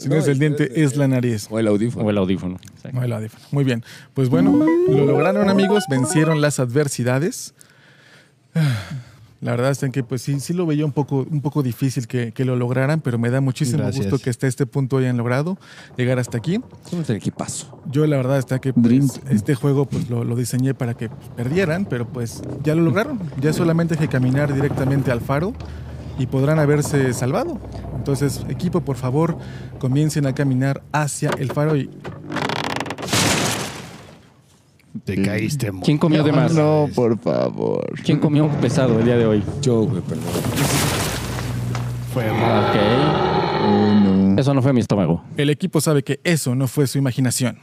Speaker 3: Si no es el diente, es la nariz.
Speaker 1: O el audífono.
Speaker 5: O el audífono. Exacto.
Speaker 3: No, el audífono. Muy bien. Pues bueno, lo lograron, amigos. Vencieron las adversidades. La verdad es que pues sí, sí lo veía un poco, un poco difícil que, que lo lograran, pero me da muchísimo
Speaker 4: Gracias.
Speaker 3: gusto que hasta este punto hayan logrado llegar hasta aquí.
Speaker 1: Somos el equipazo.
Speaker 3: Yo la verdad está que pues,
Speaker 2: Dream.
Speaker 3: este juego pues lo, lo diseñé para que pues, perdieran, pero pues ya lo lograron. Ya solamente hay que caminar directamente al faro y podrán haberse salvado. Entonces, equipo, por favor, comiencen a caminar hacia el faro y
Speaker 4: Te caíste, mo.
Speaker 5: ¿Quién comió de más?
Speaker 2: No, por favor.
Speaker 5: ¿Quién comió pesado el día de hoy?
Speaker 1: Yo, güey, perdón.
Speaker 4: Fue
Speaker 1: Ah,
Speaker 5: Ok.
Speaker 2: Oh, no.
Speaker 5: Eso no fue mi estómago.
Speaker 3: El equipo sabe que eso no fue su imaginación.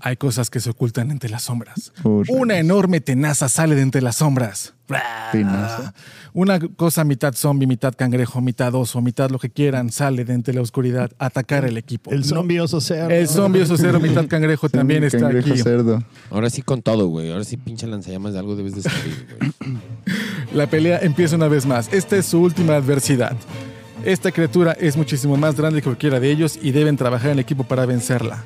Speaker 3: Hay cosas que se ocultan entre las sombras.
Speaker 2: Oh, rayos.
Speaker 3: Una enorme tenaza sale de entre las sombras.
Speaker 2: Tenaza.
Speaker 3: Una cosa mitad zombie, mitad cangrejo, mitad oso, mitad lo que quieran sale de entre la oscuridad a atacar al equipo.
Speaker 4: El
Speaker 3: No-
Speaker 4: zombie oso cerdo.
Speaker 3: el zombie oso cero, mitad cangrejo también está
Speaker 2: Cangrejo
Speaker 3: aquí.
Speaker 2: cerdo.
Speaker 1: Ahora sí con todo, güey. Ahora sí pinche lanzallamas de algo debes de salir, güey.
Speaker 3: La pelea empieza una vez más. Esta es su última adversidad. Esta criatura es muchísimo más grande que cualquiera de ellos y deben trabajar en equipo para vencerla.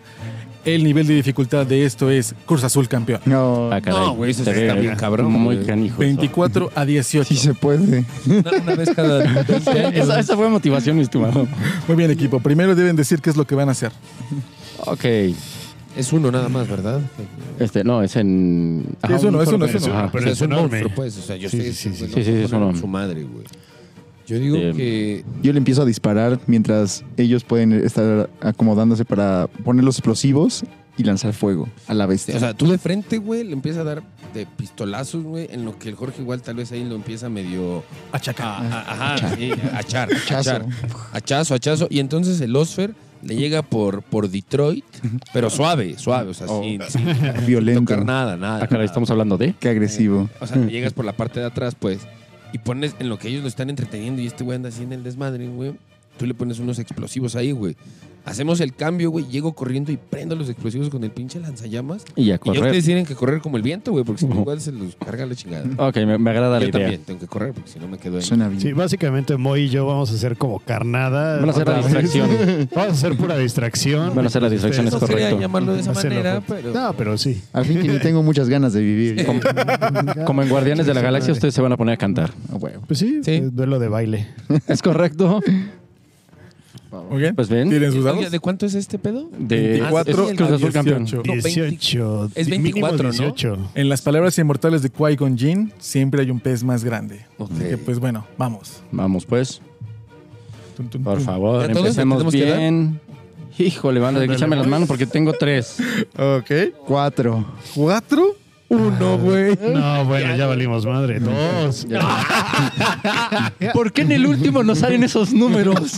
Speaker 3: El nivel de dificultad de esto es Cruz Azul campeón.
Speaker 2: No.
Speaker 5: Ah, caray.
Speaker 1: No, güey, eso
Speaker 5: Te
Speaker 1: sí está
Speaker 5: ve
Speaker 1: bien cabrón,
Speaker 5: Muy
Speaker 1: güey.
Speaker 5: canijo. eso.
Speaker 3: 24 a 18.
Speaker 2: Sí se puede.
Speaker 1: Una, una vez cada 20 años.
Speaker 5: Eh, Esa, esa fue motivación, mi estimado.
Speaker 3: Muy bien, equipo. Primero deben decir qué es lo que van a hacer.
Speaker 5: Ok.
Speaker 1: Es uno nada más, ¿verdad?
Speaker 5: Este, no, es en. Ajá,
Speaker 3: es uno,
Speaker 5: un
Speaker 3: es uno, es
Speaker 5: sorbeso.
Speaker 3: uno.
Speaker 5: Ajá.
Speaker 4: Pero
Speaker 1: O sea,
Speaker 4: es enorme.
Speaker 1: monstruo, pues. O sea, yo
Speaker 4: Sí,
Speaker 1: sé,
Speaker 4: sí, sí,
Speaker 1: güey,
Speaker 5: sí, sí,
Speaker 1: no
Speaker 5: es
Speaker 1: ponen
Speaker 5: un hombre.
Speaker 1: Su madre, güey. Yo digo
Speaker 5: Bien.
Speaker 1: que
Speaker 2: Yo le empiezo a disparar mientras ellos pueden estar acomodándose para poner los explosivos y lanzar fuego a la bestia.
Speaker 1: O sea, tú de frente, güey, le empiezas a dar de pistolazos, güey, en lo que el Jorge igual tal vez ahí lo empieza medio
Speaker 3: Achaca.
Speaker 1: a, a- ajá, sí, a achar,
Speaker 2: Hachazo.
Speaker 1: achar, achazo, achazo. Y entonces el Osfer le llega por, por Detroit, pero suave, suave, o sea,
Speaker 2: Oh.
Speaker 1: sin, sin
Speaker 2: violento.
Speaker 1: tocar nada, nada.
Speaker 5: Ah, caray,
Speaker 1: nada.
Speaker 5: estamos hablando de.
Speaker 2: Qué agresivo.
Speaker 1: O sea, llegas por la parte de atrás, pues, y pones en lo que ellos lo están entreteniendo y este güey anda así en el desmadre, güey. Tú le pones unos explosivos ahí, güey. Hacemos el cambio, güey. Llego corriendo y prendo los explosivos con el pinche lanzallamas.
Speaker 5: Y a
Speaker 1: Y ya
Speaker 5: correr.
Speaker 1: ustedes tienen que correr como el viento, güey, porque si no,
Speaker 5: Ujú.
Speaker 1: igual se los carga la chingada.
Speaker 5: Ok, me, me agrada la
Speaker 1: Yo
Speaker 5: idea.
Speaker 1: también tengo que correr, porque si no me quedo ahí.
Speaker 2: Suena bien.
Speaker 4: Sí, básicamente Moy y yo vamos a hacer como carnada.
Speaker 5: Van a hacer la
Speaker 4: Otra vez.
Speaker 5: distracción.
Speaker 4: Vamos a hacer pura distracción.
Speaker 5: Van a
Speaker 1: Este,
Speaker 5: hacer la distracción,
Speaker 4: Ustedes
Speaker 5: es
Speaker 1: No
Speaker 5: correcto.
Speaker 1: quería llamarlo de esa
Speaker 4: hacen lo
Speaker 1: manera,
Speaker 4: justo.
Speaker 1: pero...
Speaker 4: No, pero sí.
Speaker 2: Al fin que yo tengo muchas ganas de vivir.
Speaker 5: Como, como en Guardianes de la Galaxia, ustedes se van a poner a cantar.
Speaker 2: Ah, huevo.
Speaker 4: Pues sí,
Speaker 1: Sí.
Speaker 4: eh, duelo de baile.
Speaker 5: ¿Es correcto?
Speaker 3: Muy bien.
Speaker 5: Pues ven.
Speaker 3: Tiren sus
Speaker 1: Oye,
Speaker 3: dados.
Speaker 1: ¿de cuánto es este pedo?
Speaker 5: De,
Speaker 3: 24
Speaker 5: Ah, es Cruz
Speaker 3: a
Speaker 5: Azul campeón.
Speaker 3: 18.
Speaker 1: No, 20.
Speaker 4: 18.
Speaker 1: Es
Speaker 4: mínimo
Speaker 1: 24, ¿no?
Speaker 4: 18.
Speaker 3: En las palabras inmortales de Qui-Gon Jinn, siempre hay un pez más grande.
Speaker 1: Ok.
Speaker 3: Así que, pues bueno, vamos.
Speaker 5: Vamos pues,
Speaker 3: Tun, tun,
Speaker 5: por
Speaker 3: tun.
Speaker 5: favor,
Speaker 1: ¿Ya todos le
Speaker 5: empecemos
Speaker 1: tenemos que dar?
Speaker 5: bien. Híjole, van a echarme las manos porque tengo tres.
Speaker 3: Ok.
Speaker 2: Cuatro.
Speaker 3: ¿Cuatro?
Speaker 1: Uno, güey.
Speaker 4: No, bueno, ya valimos madre. Dos.
Speaker 5: ¿Por qué en el último nos salen esos números?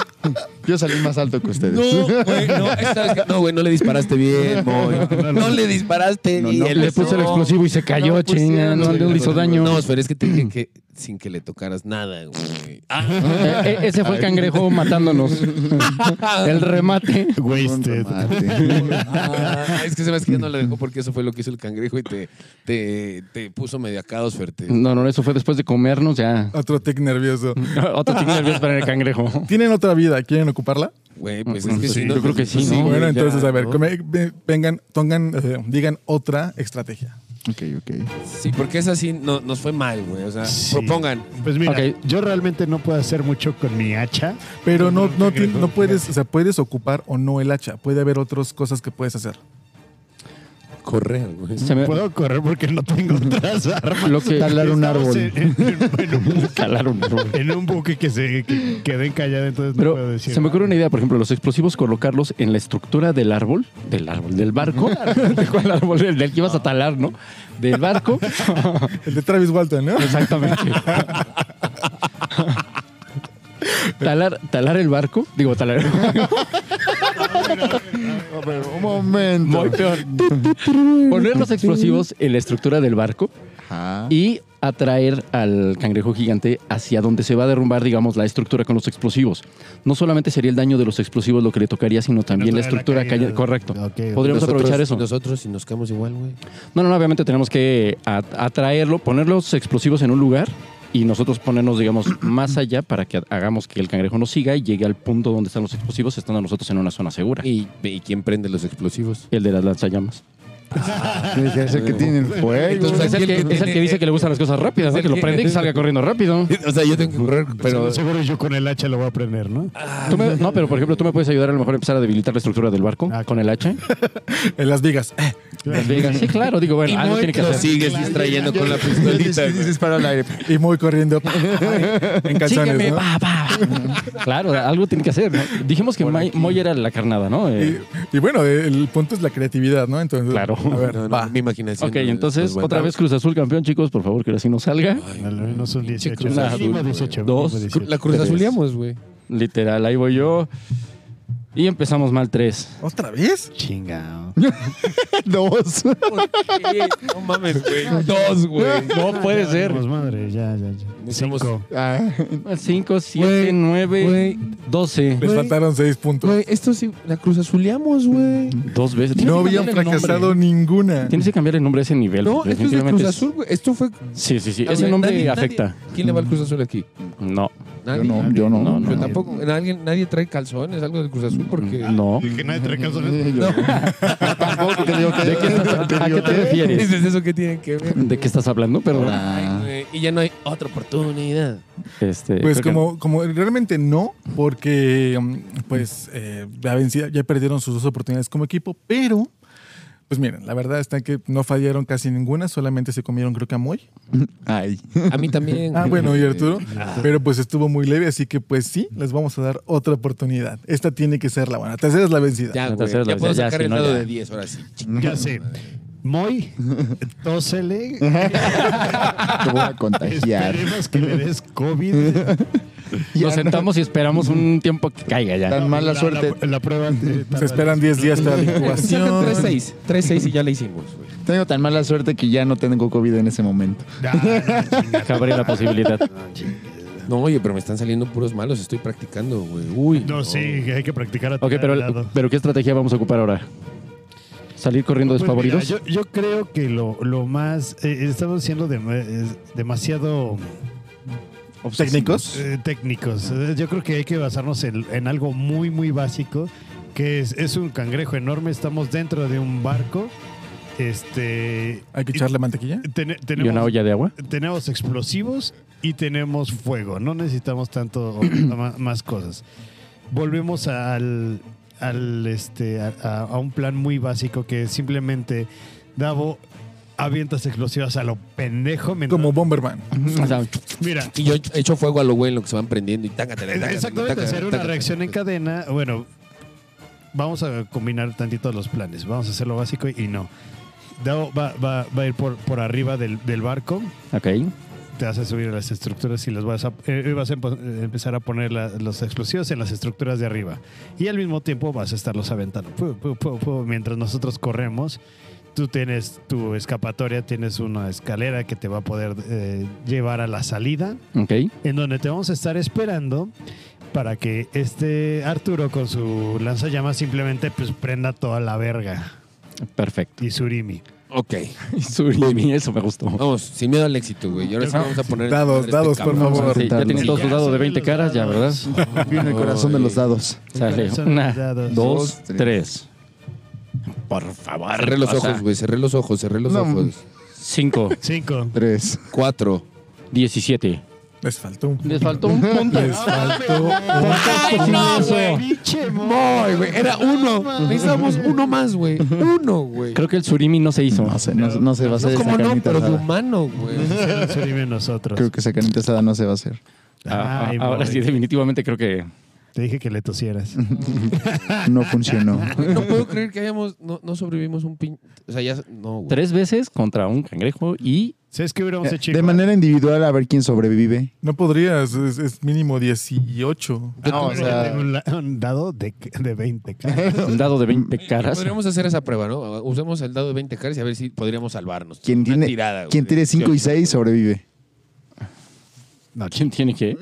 Speaker 2: Yo salí más alto que ustedes.
Speaker 1: No, güey, no, esta vez que- no, güey, no le disparaste bien, Moy. No le disparaste
Speaker 2: No,
Speaker 1: bien.
Speaker 2: no,
Speaker 5: Le puse el explosivo y se cayó,
Speaker 2: No, pues,
Speaker 5: chinga,
Speaker 2: sí,
Speaker 5: no
Speaker 2: no,
Speaker 5: le
Speaker 2: no,
Speaker 5: hizo
Speaker 2: no,
Speaker 5: daño.
Speaker 1: No, pero es que te dije que sin que le tocaras nada, güey. Ah,
Speaker 5: Eh, eh, ese fue el cangrejo matándonos. el remate.
Speaker 4: Wasted.
Speaker 1: Ah, es que se me hace que ya no le dejó porque eso fue lo que hizo el cangrejo y te, te, te puso mediacados, Ferte.
Speaker 5: No, no, eso fue después de comernos ya.
Speaker 3: Otro tic nervioso.
Speaker 5: Otro tic nervioso para el cangrejo.
Speaker 3: ¿Tienen otra vida? ¿Quieren ocuparla?
Speaker 1: Güey, pues es que
Speaker 5: Sí,
Speaker 1: si no-
Speaker 5: yo creo que sí,
Speaker 1: pues
Speaker 5: ¿no?
Speaker 1: güey,
Speaker 3: bueno,
Speaker 1: ya,
Speaker 3: entonces, a ver,
Speaker 1: ¿no?
Speaker 3: come- ve- vengan, tongan, eh, digan otra estrategia.
Speaker 2: Ok, ok.
Speaker 1: Sí, porque esa sí no, nos fue mal, güey. O sea,
Speaker 4: Sí.
Speaker 1: propongan.
Speaker 4: Pues mira,
Speaker 5: Ok.
Speaker 4: yo realmente no puedo hacer mucho con mi hacha.
Speaker 3: Pero no, no, ti-
Speaker 4: Cangrejo.
Speaker 3: no puedes, o sea, puedes ocupar o no el hacha. Puede haber otras cosas que puedes hacer.
Speaker 1: Correr, güey.
Speaker 5: Se me-
Speaker 4: Puedo correr porque no tengo otras armas.
Speaker 5: Lo que-
Speaker 2: Talar un árbol.
Speaker 4: En, en- en un, buque-
Speaker 5: Calar un árbol.
Speaker 4: en un buque que se que quede encallado, entonces no puedo
Speaker 5: Pero
Speaker 4: decir.
Speaker 5: se me ocurre
Speaker 4: nada.
Speaker 5: una idea, por ejemplo, los explosivos colocarlos en la estructura del árbol, del árbol, del barco, ¿De cuál árbol? Del, del que ibas a talar, ¿no? Del barco,
Speaker 3: El de Travis Walton, ¿no?
Speaker 5: exactamente. talar, talar el barco, digo talar.
Speaker 2: Un momento.
Speaker 5: Muy peor. Poner los explosivos en la estructura del barco
Speaker 2: Ajá.
Speaker 5: y atraer al cangrejo gigante hacia donde se va a derrumbar, digamos, la estructura con los explosivos. No solamente sería el daño de los explosivos lo que le tocaría, sino también
Speaker 4: toda
Speaker 5: la
Speaker 4: la
Speaker 5: estructura
Speaker 4: caída.
Speaker 5: calle- Correcto.
Speaker 4: Ok, ok.
Speaker 5: Podríamos
Speaker 1: Nosotros-
Speaker 5: aprovechar eso.
Speaker 1: y Nosotros si nos quedamos igual, güey.
Speaker 5: No, no, no, obviamente tenemos que a- atraerlo, poner los explosivos en un lugar y nosotros ponernos, digamos, más allá para que hagamos que el cangrejo nos siga y llegue al punto donde están los explosivos, estando nosotros en una zona segura.
Speaker 1: ¿Y, y quién prende los explosivos?
Speaker 5: El de las lanzallamas.
Speaker 2: Tiene que ser que tienen fuego.
Speaker 1: Entonces,
Speaker 5: es, el que, es el que dice que le gustan las cosas rápidas, ¿no? que lo prende y que salga corriendo rápido.
Speaker 1: O sea, yo tengo que correr, pero...
Speaker 4: Pero seguro yo con el hacha lo voy a aprender, ¿no?
Speaker 5: Tú me- no, pero por ejemplo, tú me puedes ayudar a lo mejor a empezar a debilitar la estructura del barco
Speaker 4: Ah,
Speaker 5: con el hacha.
Speaker 3: En las vigas. Eh,
Speaker 5: Las vigas. Sí, claro, digo, bueno, algo tiene que
Speaker 1: lo
Speaker 5: hacer.
Speaker 1: sigues distrayendo con la pistolita. güey.
Speaker 2: disparo al aire.
Speaker 3: y muy corriendo. en calzones,
Speaker 5: Sígueme,
Speaker 3: ¿no?
Speaker 5: pa, pa. Claro, algo tiene que hacer. ¿no? Dijimos que May, Moy era la carnada, ¿no? Eh,
Speaker 3: Y, y bueno, el punto es la creatividad, ¿no? Entonces,
Speaker 5: Claro.
Speaker 3: A ver,
Speaker 1: No, no,
Speaker 3: va.
Speaker 1: mi imaginación.
Speaker 5: Ok,
Speaker 1: no es- no
Speaker 5: entonces,
Speaker 1: es buena.
Speaker 5: otra vez Cruz Azul campeón, chicos, por favor, que ahora sí no salga.
Speaker 4: Al menos un 18.
Speaker 5: Cruz Azul,
Speaker 4: Mínimo
Speaker 1: güey.
Speaker 4: 18.
Speaker 5: Dos.
Speaker 4: mínimo 18.
Speaker 1: La cruz
Speaker 5: Tres.
Speaker 1: azuleamos, güey.
Speaker 5: Literal, ahí voy yo. Y empezamos mal tres.
Speaker 3: ¿Otra vez?
Speaker 4: Chingao.
Speaker 2: Dos.
Speaker 1: No mames, güey. Dos, güey.
Speaker 5: No puede ser.
Speaker 4: Vamos, madre, ya, ya, ya.
Speaker 1: Necesitamos-
Speaker 4: Cinco.
Speaker 2: Ah,
Speaker 5: Cinco, siete,
Speaker 1: Güey,
Speaker 5: nueve,
Speaker 1: güey.
Speaker 5: doce.
Speaker 3: Les
Speaker 1: Güey.
Speaker 3: faltaron seis puntos.
Speaker 1: Güey, esto sí, la cruz azuleamos, güey.
Speaker 5: Dos veces. Tienes
Speaker 3: No
Speaker 5: que
Speaker 3: habían
Speaker 5: cambiarle el nombre.
Speaker 3: fracasado ninguna.
Speaker 5: Tienes que cambiar el nombre a ese nivel.
Speaker 1: No,
Speaker 5: porque
Speaker 1: esto es de
Speaker 5: definitivamente
Speaker 1: Cruz Azul, güey. Esto fue.
Speaker 5: Sí, sí, sí.
Speaker 1: A
Speaker 5: Ese
Speaker 1: ver,
Speaker 5: nombre
Speaker 1: nadie- nadie-
Speaker 5: afecta.
Speaker 1: ¿Quién le va al Cruz Azul aquí?
Speaker 5: No,
Speaker 1: Nadie.
Speaker 2: yo no, yo no.
Speaker 5: No, no,
Speaker 1: Yo
Speaker 5: no.
Speaker 1: tampoco. Nadie, nadie trae calzones, algo del Cruz Azul, porque.
Speaker 5: Mm, no.
Speaker 4: Que nadie trae calzones.
Speaker 2: Eh, yo- Tampoco te digo que-
Speaker 5: ¿De qué estás-
Speaker 2: te
Speaker 5: a
Speaker 2: digo
Speaker 5: qué te
Speaker 2: que-
Speaker 5: refieres?
Speaker 1: Dices eso que tienen que ver.
Speaker 5: ¿De qué estás hablando? Perdón.
Speaker 1: Ay,
Speaker 2: Ah,
Speaker 1: güey, Y ya no hay otra oportunidad.
Speaker 5: Este,
Speaker 3: Pues
Speaker 5: creo que-
Speaker 3: como, como realmente no, porque mm, pues eh, ya, venci- ya perdieron sus dos oportunidades como equipo, pero pues miren, la verdad está que no fallaron casi ninguna, solamente se comieron creo que a Moy.
Speaker 2: Ay.
Speaker 1: A mí también.
Speaker 3: Ah,
Speaker 1: güey.
Speaker 3: bueno, y Arturo,
Speaker 1: Ah.
Speaker 3: pero pues estuvo muy leve, así que pues sí, les vamos a dar otra oportunidad. Esta tiene que ser la buena, tercera es la vencida.
Speaker 1: Ya,
Speaker 5: La
Speaker 1: güey.
Speaker 5: tercera es la
Speaker 1: Ya puedo
Speaker 5: vencida, ya,
Speaker 1: sacar
Speaker 5: si
Speaker 1: el
Speaker 5: no,
Speaker 1: lado
Speaker 5: ya.
Speaker 1: de 10 ahora sí.
Speaker 4: Ya sé. Moy, tósele.
Speaker 2: Te voy a contagiar.
Speaker 4: Esperemos que le des COVID.
Speaker 5: Nos sentamos y esperamos un tiempo que caiga ya.
Speaker 2: Tan mala
Speaker 4: La- la-
Speaker 2: suerte.
Speaker 4: La, prueba. eh,
Speaker 3: Se esperan 10 días para la incubación.
Speaker 1: 3-6. 3-6 y ya la hicimos, güey.
Speaker 2: Tengo tan mala suerte que ya no tengo COVID en ese momento.
Speaker 4: Ah, no, chinga.
Speaker 5: Cabré la posibilidad.
Speaker 1: No, oye, pero me están saliendo puros malos. Estoy practicando, güey. Uy.
Speaker 4: No, sí, hay que practicar a
Speaker 5: Ok,
Speaker 4: tirar al
Speaker 5: pero,
Speaker 4: lado.
Speaker 5: pero ¿qué estrategia vamos a ocupar ahora? ¿Salir corriendo
Speaker 4: Pues mira,
Speaker 5: despavoridos?
Speaker 4: yo, yo creo que lo, lo más. eh, estamos siendo dem- eh, demasiado
Speaker 3: Técnicos.
Speaker 4: eh, técnicos. Eh, Yo creo que hay que basarnos en, en algo muy, muy básico, que es, es un cangrejo enorme. Estamos dentro de un barco. Este.
Speaker 3: Hay que echarle mantequilla.
Speaker 4: Ten-
Speaker 5: ¿Y una
Speaker 4: tenemos,
Speaker 5: olla de agua?
Speaker 4: tenemos explosivos y tenemos fuego. No necesitamos tanto ma- más cosas. Volvemos al, al, este, a, a- a un plan muy básico que es simplemente Davo avientas explosivas a lo pendejo. mientras-
Speaker 3: Como Bomberman.
Speaker 5: O sea,
Speaker 4: mira,
Speaker 1: Y yo echo fuego a lo güey en lo que se van prendiendo y tácatele, tácatele,
Speaker 4: exactamente
Speaker 1: tácatele,
Speaker 4: hacer una
Speaker 1: tácatele.
Speaker 4: reacción en cadena. Bueno, vamos a combinar tantito los planes. Vamos a hacer lo básico y no. Davo va, va- va a ir por, por arriba del- del barco.
Speaker 5: ok.
Speaker 4: te vas a subir a las estructuras y las vas a, eh, vas a empo- eh, empezar a poner la- los explosivos en las estructuras de arriba. Y al mismo tiempo vas a estarlos aventando. Pu, pu, pu, pu, mientras nosotros corremos, Tú tienes tu escapatoria, tienes una escalera que te va a poder eh, llevar a la salida,
Speaker 5: Ok.
Speaker 4: en donde te vamos a estar esperando para que este Arturo con su lanzallamas simplemente pues prenda toda la verga
Speaker 5: Perfecto.
Speaker 4: y surimi.
Speaker 1: Ok.
Speaker 5: Surimi, eso me gustó.
Speaker 1: Vamos, sin miedo al éxito, güey. Y ahora sí vamos a poner.
Speaker 3: Dados, dados, por
Speaker 1: cabrón.
Speaker 3: favor.
Speaker 5: Sí, ya tienen
Speaker 2: Sí,
Speaker 5: todos
Speaker 4: ya
Speaker 5: sus dados de
Speaker 4: saben
Speaker 5: 20
Speaker 4: los
Speaker 5: caras, ya, ¿verdad?
Speaker 4: dados.
Speaker 2: Viene el corazón de los dados.
Speaker 5: Sale.
Speaker 4: Son los
Speaker 5: Una,
Speaker 4: dados.
Speaker 5: dos,
Speaker 2: Dos, tres.
Speaker 5: tres. Por favor.
Speaker 1: Cerré los
Speaker 5: o sea,
Speaker 1: ojos, güey. Cerré los ojos, cerré los
Speaker 2: No.
Speaker 1: ojos.
Speaker 5: Cinco,
Speaker 4: Cinco.
Speaker 2: Tres.
Speaker 1: Cuatro.
Speaker 5: diecisiete.
Speaker 3: Les faltó un
Speaker 5: Les faltó un punto.
Speaker 3: Les faltó un-
Speaker 1: Ay, güey, era uno. Necesitamos uno más, güey. Uno, güey.
Speaker 5: Creo que el surimi no se hizo.
Speaker 2: No sé, no, no se va a hacer
Speaker 1: No,
Speaker 2: esa
Speaker 1: como no,
Speaker 2: carnita
Speaker 1: pero de
Speaker 2: asada.
Speaker 1: humano, güey.
Speaker 4: El surimi nosotros.
Speaker 2: Creo que esa carnita asada no se va a hacer.
Speaker 5: Ah,
Speaker 4: Ay,
Speaker 5: ah, ahora
Speaker 4: boy.
Speaker 5: sí, definitivamente creo que.
Speaker 4: Te dije que le tosieras.
Speaker 2: No funcionó.
Speaker 1: No puedo creer que hayamos. No, no sobrevivimos un pin. O sea, ya. No, güey.
Speaker 5: Tres veces contra un cangrejo y.
Speaker 4: ¿Sabes qué hubiéramos hecho?
Speaker 2: Eh, De
Speaker 4: igual?
Speaker 2: manera individual, a ver quién sobrevive.
Speaker 3: No podrías, es, es mínimo 18.
Speaker 2: No, o
Speaker 4: Yo
Speaker 2: sea-
Speaker 4: tengo un, la- un dado de, de 20.
Speaker 5: Un dado de 20 caras.
Speaker 1: Podríamos hacer esa prueba, ¿no? Usemos el dado de 20 caras y a ver si podríamos salvarnos.
Speaker 2: Quien
Speaker 1: Una
Speaker 2: tiene,
Speaker 1: tirada, güey.
Speaker 2: quien tiene 5 y 6 sobrevive.
Speaker 5: No, ¿Quién tiene qué?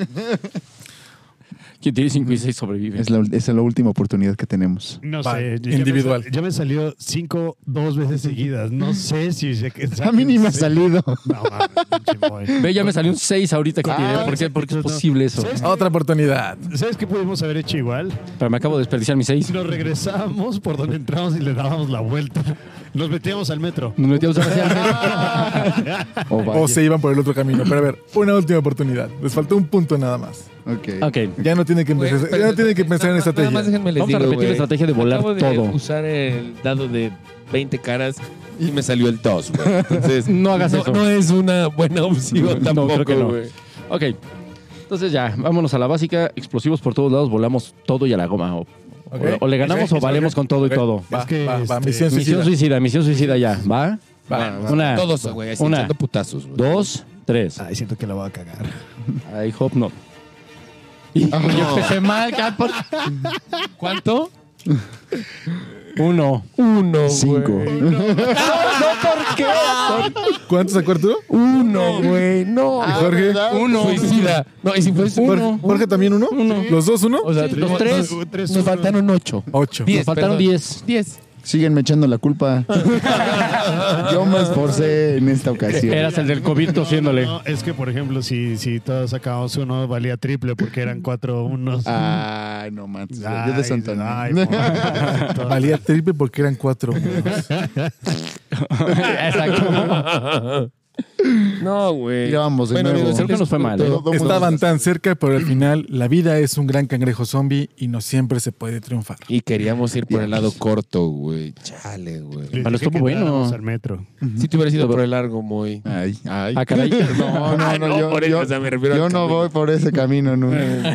Speaker 5: ¿Quién tiene 5 y 6 sobrevive?
Speaker 2: Es la, ul- esa es la última oportunidad que tenemos.
Speaker 4: No
Speaker 3: Va,
Speaker 4: sé. ya
Speaker 3: individual.
Speaker 4: me sal- Ya me salió cinco dos veces seguidas. No sé si se que-
Speaker 2: A mí ni me ha
Speaker 4: sé.
Speaker 2: salido.
Speaker 4: No, mames, pinche boy.
Speaker 5: Ve, ya me salió un 6 ahorita que tiré. ¿Por qué? ¿Por qué es posible eso?
Speaker 4: ¿Sabes,
Speaker 3: Otra oportunidad.
Speaker 4: ¿Sabes qué pudimos haber hecho igual?
Speaker 5: Pero me acabo de desperdiciar mi 6.
Speaker 4: Nos regresábamos por donde entramos y le dábamos la vuelta. Nos metíamos al metro.
Speaker 5: Nos metíamos a
Speaker 2: O vaya.
Speaker 3: O se iban por el otro camino. Pero a ver, una última oportunidad. Les faltó un punto nada más.
Speaker 2: Ok.
Speaker 5: Ok.
Speaker 3: Ya no tienen que,
Speaker 1: Güey,
Speaker 3: empezar-
Speaker 1: pero-
Speaker 3: ya no tienen que pensar en
Speaker 1: nada más-
Speaker 3: estrategia.
Speaker 1: Nada más déjenme les
Speaker 5: Vamos a
Speaker 1: digo,
Speaker 5: repetir la
Speaker 1: güey.
Speaker 5: estrategia de volar
Speaker 1: Acabo
Speaker 5: todo.
Speaker 1: de usar el dado de 20 caras y me salió el 2, güey. Entonces,
Speaker 5: No hagas eso.
Speaker 1: No es una buena opción
Speaker 5: No,
Speaker 1: tampoco,
Speaker 5: creo que no.
Speaker 1: güey.
Speaker 5: Ok. Entonces ya, vámonos a la básica. Explosivos por todos lados, volamos todo y a la goma. O,
Speaker 3: Ok.
Speaker 5: o- o le ganamos
Speaker 3: Ok,
Speaker 5: o valemos
Speaker 3: ok,
Speaker 5: con todo
Speaker 3: ok.
Speaker 5: y todo.
Speaker 3: Va,
Speaker 4: Es que,
Speaker 3: va, va,
Speaker 4: este,
Speaker 3: misión
Speaker 5: Misión
Speaker 3: suicida.
Speaker 5: suicida, misión suicida ya. ¿Va?
Speaker 3: Va, va.
Speaker 5: Una,
Speaker 1: Todos, güey, así
Speaker 5: una,
Speaker 1: echando putazos, güey.
Speaker 5: dos, tres.
Speaker 4: Ay, siento que la voy a cagar.
Speaker 5: I hope not. Y yo empecé mal, capos.
Speaker 1: ¿Cuánto?
Speaker 5: Uno.
Speaker 1: Uno,
Speaker 2: Cinco.
Speaker 1: güey.
Speaker 3: ¿Cuánto sacó Arturo?
Speaker 1: Uno, güey. No.
Speaker 3: ¿Y Jorge?
Speaker 1: uno. Suicida. No, y si fuese
Speaker 3: Jorge,
Speaker 1: uno.
Speaker 3: Jorge también uno? ¿Los dos uno?
Speaker 1: O sea,
Speaker 5: Sí,
Speaker 1: nos-
Speaker 5: los tres.
Speaker 1: nos-
Speaker 4: Tres,
Speaker 1: Nos
Speaker 4: uno.
Speaker 1: faltaron ocho.
Speaker 3: Ocho.
Speaker 1: Diez,
Speaker 5: Nos faltaron
Speaker 1: perdón.
Speaker 5: diez.
Speaker 1: Diez.
Speaker 2: Síguenme echando la culpa. Yo me esforcé en esta ocasión.
Speaker 5: Eras el del COVID tosiéndole.
Speaker 4: No, es que, por ejemplo, si, si todos sacábamos uno, valía triple porque eran cuatro unos.
Speaker 2: Ay, no manches. Ah, Yo de
Speaker 4: Ay,
Speaker 2: Santana.
Speaker 4: ay, por-
Speaker 3: Valía triple porque eran cuatro.
Speaker 5: Exacto.
Speaker 1: No, güey.
Speaker 2: Ya vamos de nuevo.
Speaker 1: amigos,
Speaker 5: Creo que nos fue mal, ¿eh?
Speaker 2: Todo mundo-
Speaker 3: Estaban tan cerca, pero al final la vida es un gran cangrejo zombie y no siempre se puede triunfar.
Speaker 1: Y queríamos ir por el lado
Speaker 5: pues.
Speaker 1: corto, güey. Chale, güey.
Speaker 4: Les
Speaker 5: Pero
Speaker 4: dije
Speaker 5: estuvo
Speaker 4: que
Speaker 5: bueno.
Speaker 4: entráramos al metro.
Speaker 1: Si te hubieras ido por el largo, muy.
Speaker 2: Ay, ay.
Speaker 5: Ah, caray.
Speaker 2: No, no, no. yo
Speaker 1: por eso,
Speaker 2: yo-
Speaker 1: o sea, me refiero
Speaker 2: yo
Speaker 1: al
Speaker 2: no
Speaker 1: camino.
Speaker 2: voy por ese camino, no.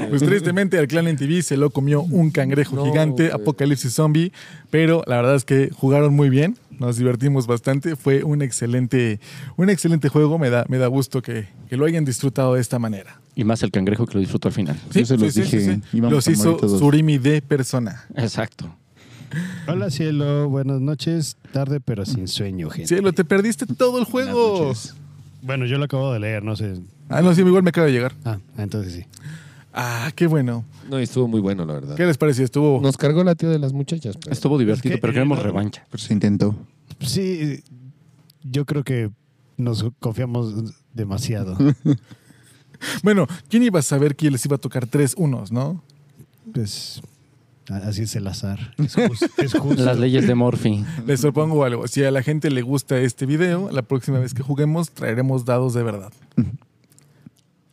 Speaker 3: Pues tristemente al clan NTV se lo comió un cangrejo
Speaker 1: No,
Speaker 3: gigante,
Speaker 1: güey.
Speaker 3: apocalipsis zombie, pero la verdad es que jugaron muy bien, nos divertimos bastante, fue un excelente, un excelente juego, me da, me da gusto que, que lo hayan disfrutado de esta manera.
Speaker 5: Y más el cangrejo que lo disfrutó al final.
Speaker 2: Yo se los dije, íbamos
Speaker 3: Los
Speaker 2: a morir
Speaker 3: hizo
Speaker 2: todos.
Speaker 3: Surimi de persona.
Speaker 5: Exacto.
Speaker 4: Hola, cielo. Buenas noches. Tarde, pero sin sueño, gente.
Speaker 3: Cielo, te perdiste todo el
Speaker 4: Buenas
Speaker 3: juego.
Speaker 4: noches. Bueno, yo lo acabo de leer, no sé.
Speaker 3: Ah, no, sí, igual me acaba de llegar.
Speaker 4: Ah, entonces sí.
Speaker 3: Ah, qué bueno.
Speaker 1: No, y estuvo muy bueno, la verdad.
Speaker 3: ¿Qué les pareció? Estuvo...
Speaker 1: Nos cargó la tía de las muchachas, pero.
Speaker 5: Estuvo divertido,
Speaker 4: Es que-
Speaker 5: pero queremos revancha.
Speaker 2: Pero se intentó.
Speaker 4: Sí, yo creo que nos confiamos demasiado.
Speaker 3: Bueno, ¿quién iba a saber que les iba a tocar tres unos, no?
Speaker 4: pues a- así es el azar. Es, jus- es justo.
Speaker 5: Las leyes de Morphy.
Speaker 3: Les propongo algo. Si a la gente le gusta este video, la próxima vez que juguemos traeremos dados de verdad.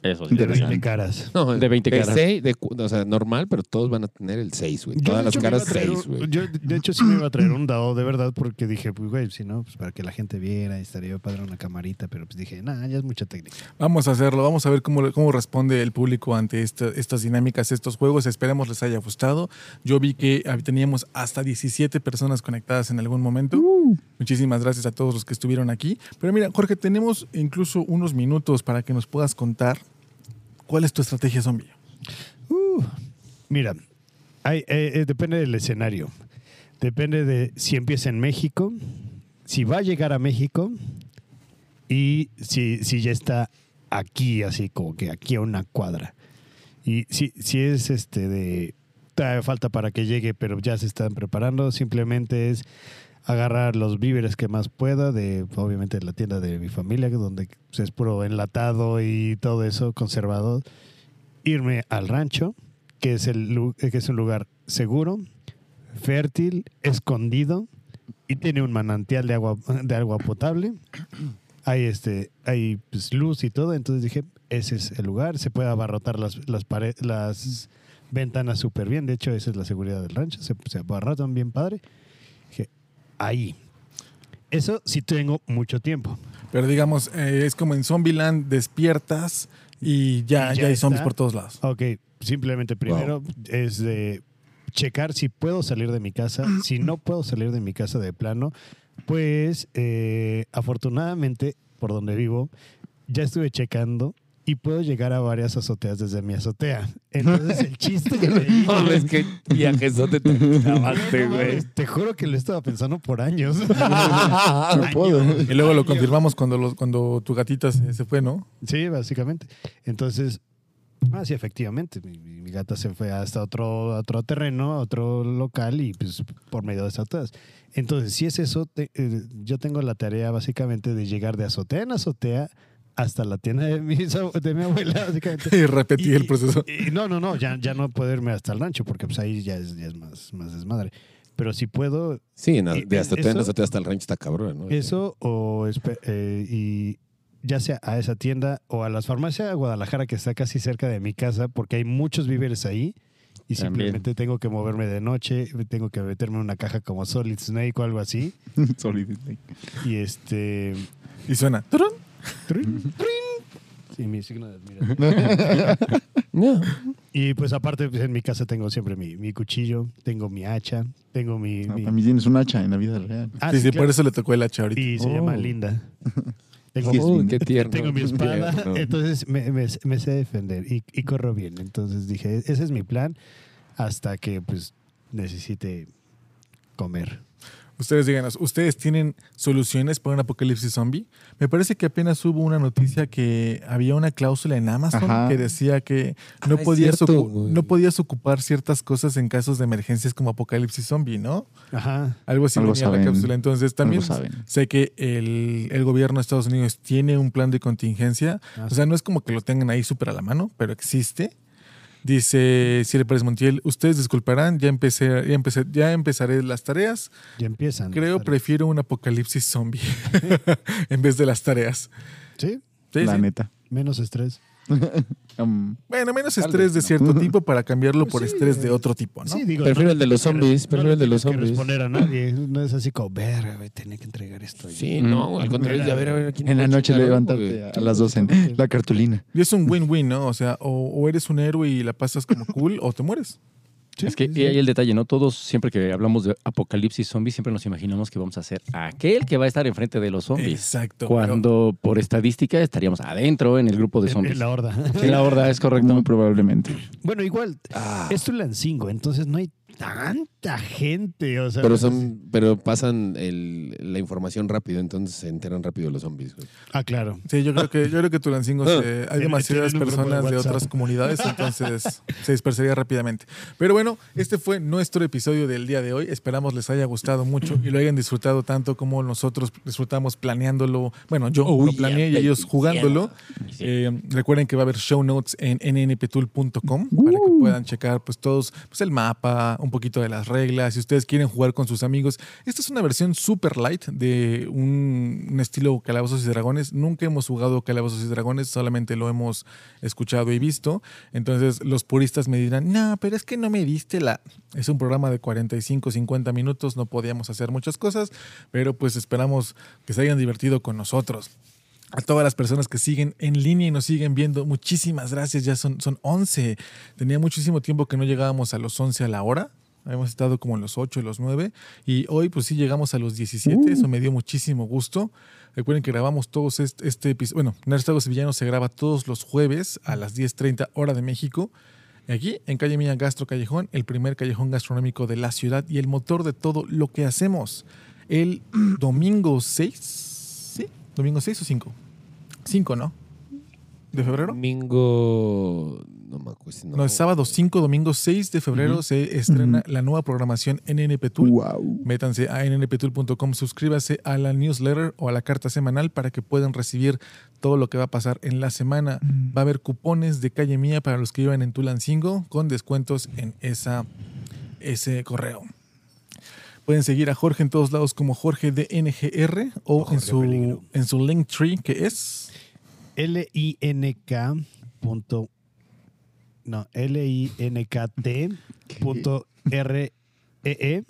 Speaker 5: Eso.
Speaker 4: de 20 caras.
Speaker 1: No,
Speaker 5: De 20 caras.
Speaker 1: seis, de cu- o sea, normal, pero todos van a tener el 6, güey.
Speaker 4: Yo, de
Speaker 1: Todas las
Speaker 4: hecho, me iba a
Speaker 1: caras
Speaker 4: traer
Speaker 1: 6,
Speaker 4: un-
Speaker 1: güey.
Speaker 4: Yo, de hecho, sí me iba a traer un dado de verdad porque dije, pues, güey, si no, pues para que la gente viera, estaría padre una camarita, pero pues dije, nada, ya es mucha técnica.
Speaker 3: Vamos a hacerlo, vamos a ver cómo, cómo responde el público ante esta- estas dinámicas, estos juegos. Esperemos les haya gustado. Yo vi que hab- teníamos hasta 17 personas conectadas en algún momento. Muchísimas gracias a todos los que estuvieron aquí. Pero mira, Jorge, tenemos incluso unos minutos para que nos puedas contar cuál es tu estrategia zombie.
Speaker 4: Uh. Mira, hay- eh, eh, depende del escenario. Depende de si empieza en México, si va a llegar a México y si, si ya está aquí, así como que aquí a una cuadra. Y si, si es este de todavía falta para que llegue, pero ya se están preparando, simplemente es agarrar los víveres que más pueda de obviamente de la tienda de mi familia que donde pues, es puro enlatado y todo eso conservado irme al rancho que es el lu- eh, que es un lugar seguro fértil escondido y tiene un manantial de agua de agua potable hay este hay pues, luz y todo entonces dije ese es el lugar se puede abarrotar las las pare- las ventanas súper bien de hecho esa es la seguridad del rancho se, se abarrotan bien padre dije ahí eso sí tengo mucho tiempo
Speaker 3: Pero digamos, eh, es como en Zombieland, despiertas y ya,
Speaker 4: Y
Speaker 3: ya,
Speaker 4: ya
Speaker 3: hay zombies
Speaker 4: está.
Speaker 3: por todos lados.
Speaker 4: ok simplemente primero es de checar si puedo salir de mi casa si no puedo salir de mi casa de plano pues eh, afortunadamente por donde vivo ya estuve checando y puedo llegar a varias azoteas desde mi azotea. Entonces el chiste de ahí-
Speaker 1: Mames, qué viajesote te acabaste,
Speaker 4: No
Speaker 1: güey.
Speaker 4: mames, Te juro que lo estaba pensando por años.
Speaker 2: No puedo.
Speaker 3: Y luego lo confirmamos cuando, los, cuando tu gatita se, se fue, ¿no?
Speaker 4: Sí, básicamente. Entonces, ah, sí, efectivamente. Mi, mi- mi gata se fue hasta otro, a otro terreno, a otro local y pues por medio de azoteas. Entonces, si es eso, te- eh, yo tengo la tarea básicamente de llegar de azotea en azotea hasta la tienda de mi, abu- de mi abuela, básicamente.
Speaker 3: Y repetí el proceso.
Speaker 4: y- no, no, no, ya, ya no puedo irme hasta el rancho porque pues ahí ya es, ya es más, más desmadre. Pero si puedo,
Speaker 1: Sí, no,
Speaker 4: ¿Y-
Speaker 1: de hasta,
Speaker 4: Eh, eso- Eh,
Speaker 1: te- hasta, te- hasta el rancho está cabrón, ¿no?
Speaker 4: Eso o espe- eh, y ya sea a esa tienda o a las farmacias de Guadalajara que está casi cerca de mi casa porque hay muchos víveres ahí y
Speaker 5: También.
Speaker 4: simplemente tengo que moverme de noche, tengo que meterme en una caja como Solid Snake o algo así
Speaker 2: Solid Snake.
Speaker 4: y este
Speaker 3: Y suena. ¡Turun!
Speaker 4: sí, mi signo de admiración.
Speaker 1: No.
Speaker 4: Y pues aparte pues, en mi casa tengo siempre mi, mi cuchillo, tengo mi hacha, tengo mi,
Speaker 2: No,
Speaker 4: mi-
Speaker 2: Ah, también tienes un hacha en la vida real.
Speaker 4: Ah,
Speaker 3: sí,
Speaker 4: sí,
Speaker 3: sí,
Speaker 4: claro.
Speaker 3: por eso le tocó el hacha ahorita.
Speaker 4: y se
Speaker 1: Oh.
Speaker 4: llama Linda. oh, Tengo
Speaker 1: Uy,
Speaker 4: mi-
Speaker 1: qué tierno.
Speaker 4: Tengo mi
Speaker 1: qué
Speaker 4: espada,
Speaker 1: tierno.
Speaker 4: entonces me, me- me sé defender y, y corro bien. Entonces dije, ese es mi plan hasta que pues necesite comer.
Speaker 3: Ustedes díganos, ¿ustedes tienen soluciones para un apocalipsis zombie? Me parece que apenas hubo una noticia que había una cláusula en Amazon
Speaker 2: Ajá.
Speaker 3: que decía que no,
Speaker 1: Ah, es
Speaker 3: podías
Speaker 1: cierto,
Speaker 3: ocu-
Speaker 1: güey.
Speaker 3: no podías ocupar ciertas cosas en casos de emergencias como apocalipsis zombie, ¿no?
Speaker 4: Ajá.
Speaker 3: Algo así
Speaker 2: Algo
Speaker 3: venía en la
Speaker 2: saben,
Speaker 3: cápsula. Entonces también
Speaker 2: algo saben.
Speaker 3: sé que el, el gobierno de Estados Unidos tiene un plan de contingencia.
Speaker 4: Ah,
Speaker 3: O sea, no es como que lo tengan ahí súper a la mano, pero existe. Dice Cire Pérez Montiel, ustedes disculparán, ya empecé, ya empecé, ya empezaré las tareas.
Speaker 4: Ya
Speaker 2: Mm,
Speaker 4: empiezan.
Speaker 3: Creo
Speaker 4: Pero-
Speaker 3: prefiero un apocalipsis zombie en vez de las tareas.
Speaker 4: Sí,
Speaker 3: Sí,
Speaker 2: la
Speaker 3: sí.
Speaker 2: neta.
Speaker 4: menos estrés.
Speaker 2: Um,
Speaker 3: Bueno, menos
Speaker 1: Tal
Speaker 3: estrés de
Speaker 1: vez, ¿no?
Speaker 3: cierto tipo para cambiarlo por estrés de otro tipo, ¿no?
Speaker 4: Sí, digo,
Speaker 1: Prefiero
Speaker 4: no-
Speaker 1: el de los
Speaker 4: no-
Speaker 1: zombies,
Speaker 4: no
Speaker 1: prefiero
Speaker 4: le
Speaker 1: el de los
Speaker 4: tienes que
Speaker 1: zombies.
Speaker 4: responder a nadie, no es así como, verga, güey, tenía que entregar esto.
Speaker 1: Sí, no, al contrario, de a ver, a ver. ¿quién
Speaker 2: Mm. en la
Speaker 1: puede
Speaker 2: noche
Speaker 1: chingar algo,
Speaker 2: levantarte
Speaker 1: güey?
Speaker 2: a las 12 en la cartulina.
Speaker 3: Y es un win-win, ¿no? O sea, o, o eres un héroe y la pasas como cool o te mueres.
Speaker 5: es que ahí hay el detalle, ¿no? Todos, siempre que hablamos de apocalipsis zombie, siempre nos imaginamos que vamos a ser aquel que va a estar enfrente de los zombies.
Speaker 3: Exacto. pero-
Speaker 5: Cuando por estadística estaríamos adentro en el grupo
Speaker 4: En-
Speaker 5: de
Speaker 4: en
Speaker 5: zombies.
Speaker 4: Em, la horda.
Speaker 5: En la horda, es correcto.
Speaker 2: Muy probablemente.
Speaker 4: Bueno, igual,
Speaker 1: Ah.
Speaker 4: es Tulancingo, entonces no hay tanta gente. O sea,
Speaker 1: Pero, son, pero pasan el- la información rápido, entonces se enteran rápido los zombies. güey.
Speaker 4: Ah, claro.
Speaker 3: Sí, yo creo que, yo creo que Tulancingo se- hay
Speaker 4: Tiene-
Speaker 3: demasiadas
Speaker 4: tiene un grupo de
Speaker 3: personas de
Speaker 4: WhatsApp.
Speaker 3: otras comunidades, entonces se dispersaría rápidamente. Pero bueno, este fue nuestro episodio del día de hoy. Esperamos les haya gustado mucho y lo hayan disfrutado tanto como nosotros disfrutamos planeándolo. Bueno, yo lo planeé y ellos jugándolo. Eh, recuerden que va a haber show notes en nnptool.com para que
Speaker 4: Uh.
Speaker 3: puedan checar pues todos pues, el mapa, un poquito de las reglas. Si ustedes quieren jugar con sus amigos, esta es una versión super light de un, un estilo Calabozos y Dragones. Nunca hemos jugado Calabozos y Dragones, solamente lo hemos escuchado y visto. Entonces los puristas me dirán, no, pero es que no me diste la... Es un programa de 45, 50 minutos, no podíamos hacer muchas cosas, pero pues esperamos que se hayan divertido con nosotros a todas las personas que siguen en línea y nos siguen viendo, muchísimas gracias. Ya son, son 11. Tenía muchísimo tiempo que no llegábamos a los 11 a la hora. Hemos estado como en los 8, los 9. Y hoy, pues sí, llegamos a los 17. Eso me dio muchísimo gusto. Recuerden que grabamos todos este, episodio. Bueno, Nerstagos Sevillano se graba todos los jueves a las 10:30 hora de México. Aquí, en Calle Mía Gastro Callejón, el primer callejón gastronómico de la ciudad y el motor de todo lo que hacemos. el domingo 6. ¿Sí? ¿Domingo 6 o 5? 5, ¿no? ¿De febrero?
Speaker 1: Domingo. No me acuerdo. si
Speaker 3: No, es sábado 5, domingo 6 de febrero se estrena la nueva programación en NP Tool.
Speaker 2: Wow.
Speaker 3: Métanse a nnptool.com, suscríbase a la newsletter o a la carta semanal para que puedan recibir todo lo que va a pasar en la semana. Va a haber cupones de calle mía para los que vivan en Tulancingo con descuentos en esa, ese correo. Pueden seguir a Jorge en todos lados como Jorge de NGR o
Speaker 4: Jorge
Speaker 3: en su,
Speaker 4: Peligro.
Speaker 3: en su link tree que es
Speaker 4: L-I-N-K. punto- No, L-I-N-K-T. punto R-E-E.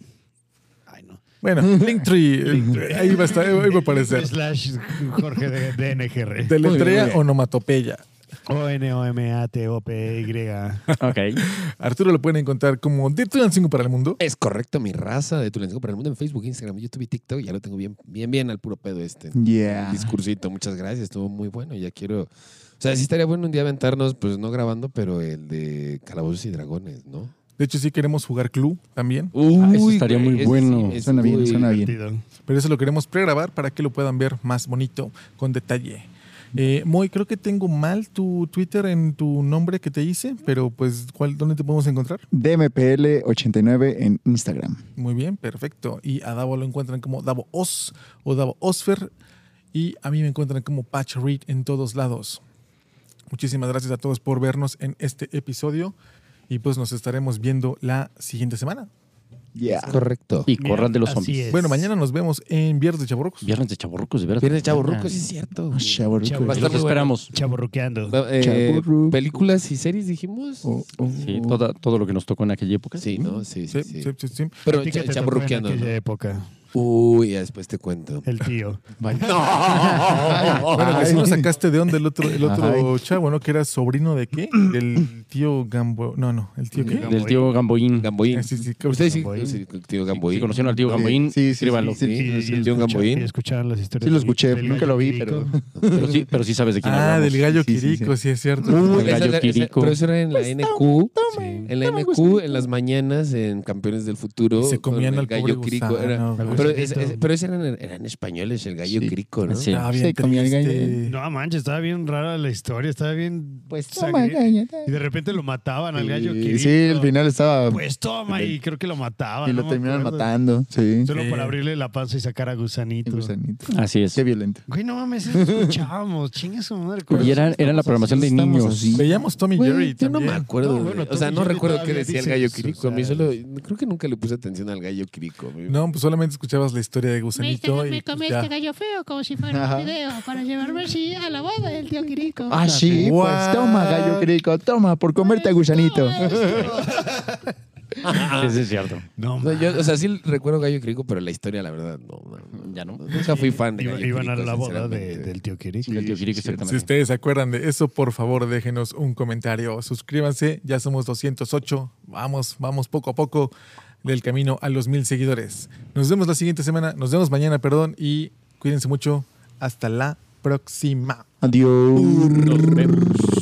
Speaker 4: Ay, no.
Speaker 3: bueno, Linktree, eh, ahí va a estar, ahí va a aparecer.
Speaker 4: Slash Jorge de, de NGR.
Speaker 3: Deletrea onomatopeya.
Speaker 4: E O-N-O-M-A-T-O-P-Y.
Speaker 5: Ok.
Speaker 3: Arturo lo pueden encontrar como de Tulancingo para el mundo.
Speaker 1: Es correcto, mi raza de Tulenco para el mundo en Facebook, Instagram, YouTube y TikTok. Ya lo tengo bien, bien, bien al puro pedo este
Speaker 2: Yeah.
Speaker 1: discursito. Muchas gracias, estuvo muy bueno. Ya quiero. O sea, sí estaría bueno un día aventarnos, pues no grabando, pero el de Calabozos y Dragones, ¿no?
Speaker 3: De hecho, sí queremos jugar Clue también,
Speaker 5: Ah, eso estaría muy
Speaker 1: ese
Speaker 5: bueno.
Speaker 1: es
Speaker 2: Suena bien,
Speaker 1: muy-
Speaker 2: suena bien.
Speaker 3: pero eso lo queremos pregrabar para que lo puedan ver más bonito, con detalle. Eh, Moy, creo que tengo mal tu Twitter en tu nombre que te hice, pero pues, ¿cuál, ¿dónde te podemos encontrar?
Speaker 2: DMPL89 en Instagram.
Speaker 3: Muy bien, perfecto. Y a Davo lo encuentran como Davo Os o Davo Osfer. Y a mí me encuentran como Patch Reed en todos lados. Muchísimas gracias a todos por vernos en este episodio. Y pues nos estaremos viendo la siguiente semana.
Speaker 2: Yeah.
Speaker 1: Correcto.
Speaker 5: Y corran de los
Speaker 4: Así
Speaker 5: zombies.
Speaker 4: es.
Speaker 3: Bueno, mañana nos vemos en Viernes de Chaborrocos.
Speaker 5: Viernes de chaborrucos, de veras. Ah,
Speaker 1: Viernes Chavo Ruco,
Speaker 4: Ah,
Speaker 1: sí es cierto. güey.
Speaker 2: Chavorruco.
Speaker 4: Chavorruco.
Speaker 1: Va a
Speaker 5: Los
Speaker 1: estar muy bueno.
Speaker 5: esperamos.
Speaker 4: Chaborruqueando.
Speaker 1: No, eh,
Speaker 2: Chavorruco.
Speaker 1: películas y series dijimos.
Speaker 2: Oh, oh,
Speaker 5: Sí,
Speaker 2: oh.
Speaker 5: toda- todo lo que nos tocó en aquella época.
Speaker 1: Sí, ¿no? Sí, sí.
Speaker 3: Sí,
Speaker 1: sí.
Speaker 3: sí, sí, sí.
Speaker 1: Pero
Speaker 4: ¿A ti qué
Speaker 1: cha-
Speaker 4: te tocó en
Speaker 1: chaborruqueando.
Speaker 4: aquella
Speaker 1: ¿no?
Speaker 4: época. Eh,
Speaker 1: Uy, ya después te cuento.
Speaker 4: El tío.
Speaker 2: pues
Speaker 3: Bueno, que si no sacaste de onda el otro, el otro
Speaker 2: Ay.
Speaker 3: chavo, ¿no? Que era sobrino de qué? Del tío Gambo. No, no, el tío qué.
Speaker 5: Del tío Gamboín.
Speaker 1: Gamboín.
Speaker 4: eh,
Speaker 3: Ah, sí, sí, cabrón.
Speaker 1: Ustedes sí,
Speaker 4: Gamboín.
Speaker 1: sí, tío
Speaker 5: Si
Speaker 1: Gamboín.
Speaker 5: conocieron al tío Gamboín,
Speaker 2: sí, sí,
Speaker 5: escríbanlo.
Speaker 1: sí,
Speaker 4: Y-
Speaker 1: sí,
Speaker 4: y
Speaker 1: el tío
Speaker 4: escucha-
Speaker 1: Gamboín.
Speaker 4: y escucharon las historias.
Speaker 2: Sí lo
Speaker 4: del-
Speaker 2: escuché,
Speaker 4: del
Speaker 2: nunca lo vi,
Speaker 4: Quirico.
Speaker 5: Pero sí, pero sí sabes de quién
Speaker 3: Ah,
Speaker 5: hablamos.
Speaker 3: del gallo
Speaker 2: Sí, sí, sí,
Speaker 3: Quirico, sí, es cierto.
Speaker 5: el
Speaker 1: Esa
Speaker 5: gallo
Speaker 1: era- esa-
Speaker 5: Quirico.
Speaker 1: Pero eso era
Speaker 4: Pues
Speaker 1: en la NQ.
Speaker 2: toma,
Speaker 1: sí. En la
Speaker 2: toma,
Speaker 1: NQ,
Speaker 2: gusanito.
Speaker 1: en las mañanas, en Campeones del Futuro.
Speaker 3: Y se
Speaker 1: con
Speaker 3: comían
Speaker 1: el
Speaker 3: al pobre
Speaker 1: gallo Quirico.
Speaker 3: gusano,
Speaker 1: era-
Speaker 3: al
Speaker 1: pero,
Speaker 4: gusanito.
Speaker 1: es- es- pero ese eran, eran españoles, el gallo
Speaker 2: Sí.
Speaker 1: Quirico, ¿no?
Speaker 5: Sí.
Speaker 3: Ah, bien
Speaker 2: Se comía el gallo.
Speaker 3: triste.
Speaker 4: No manches, estaba bien rara la historia, estaba bien. Pues
Speaker 2: Toma, caña,
Speaker 4: Y de repente lo mataban al gallo
Speaker 2: Sí,
Speaker 4: Quirico.
Speaker 2: Sí, el final estaba.
Speaker 4: Pues toma, y creo que lo mataban.
Speaker 2: y
Speaker 4: no
Speaker 2: lo
Speaker 4: me
Speaker 2: terminan
Speaker 4: acuerdo.
Speaker 2: matando. Sí.
Speaker 4: Solo
Speaker 3: Sí.
Speaker 4: para abrirle la panza y sacar a gusanito.
Speaker 2: El gusanito.
Speaker 5: Así es.
Speaker 2: Qué violento.
Speaker 4: Güey, no mames, eso escuchábamos. Chinga su madre.
Speaker 5: Y era, era la programación de
Speaker 2: Estamos
Speaker 5: niños.
Speaker 2: así.
Speaker 3: Veíamos Tommy
Speaker 1: Güey,
Speaker 3: Jerry
Speaker 1: yo no
Speaker 3: también.
Speaker 1: me acuerdo.
Speaker 4: No,
Speaker 1: güey.
Speaker 4: bueno,
Speaker 1: o sea,
Speaker 4: Tommy
Speaker 1: no
Speaker 4: Jerry
Speaker 1: recuerdo qué
Speaker 4: todavía
Speaker 1: decía el
Speaker 4: dice
Speaker 1: gallo
Speaker 4: sus-
Speaker 1: Quirico. A mí
Speaker 4: sus-
Speaker 1: solo. Creo que nunca le puse atención al gallo Quirico. güey.
Speaker 3: No, pues solamente escuchabas la historia de
Speaker 6: Me,
Speaker 3: Gusanito. y pues,
Speaker 6: me comí
Speaker 3: ya.
Speaker 6: este gallo feo como si fuera un video para llevarme así a la boda del tío Quirico.
Speaker 2: Ah, sí.
Speaker 3: What?
Speaker 2: Pues toma, gallo crítico. Toma, por comerte a este gusanito.
Speaker 5: Eso es cierto.
Speaker 4: No,
Speaker 1: No,
Speaker 4: mames.
Speaker 1: yo, o sea, sí recuerdo Gallo Crico, pero la historia, la verdad, no. no,
Speaker 5: Ya no.
Speaker 1: Nunca fui fan de
Speaker 4: Iba-
Speaker 1: Gallo
Speaker 4: Iban a
Speaker 1: Crico,
Speaker 4: la boda de-
Speaker 1: sinceramente.
Speaker 4: del tío Quirico.
Speaker 5: Del tío Quirico,
Speaker 3: Si
Speaker 5: exactamente.
Speaker 3: ustedes se acuerdan de eso, por favor, déjenos un comentario. Suscríbanse, ya somos 208. Vamos, vamos poco a poco del camino a los mil seguidores. Nos vemos la siguiente semana, nos vemos mañana, perdón, y cuídense mucho. Hasta la próxima.
Speaker 2: Adiós.
Speaker 5: Nos vemos.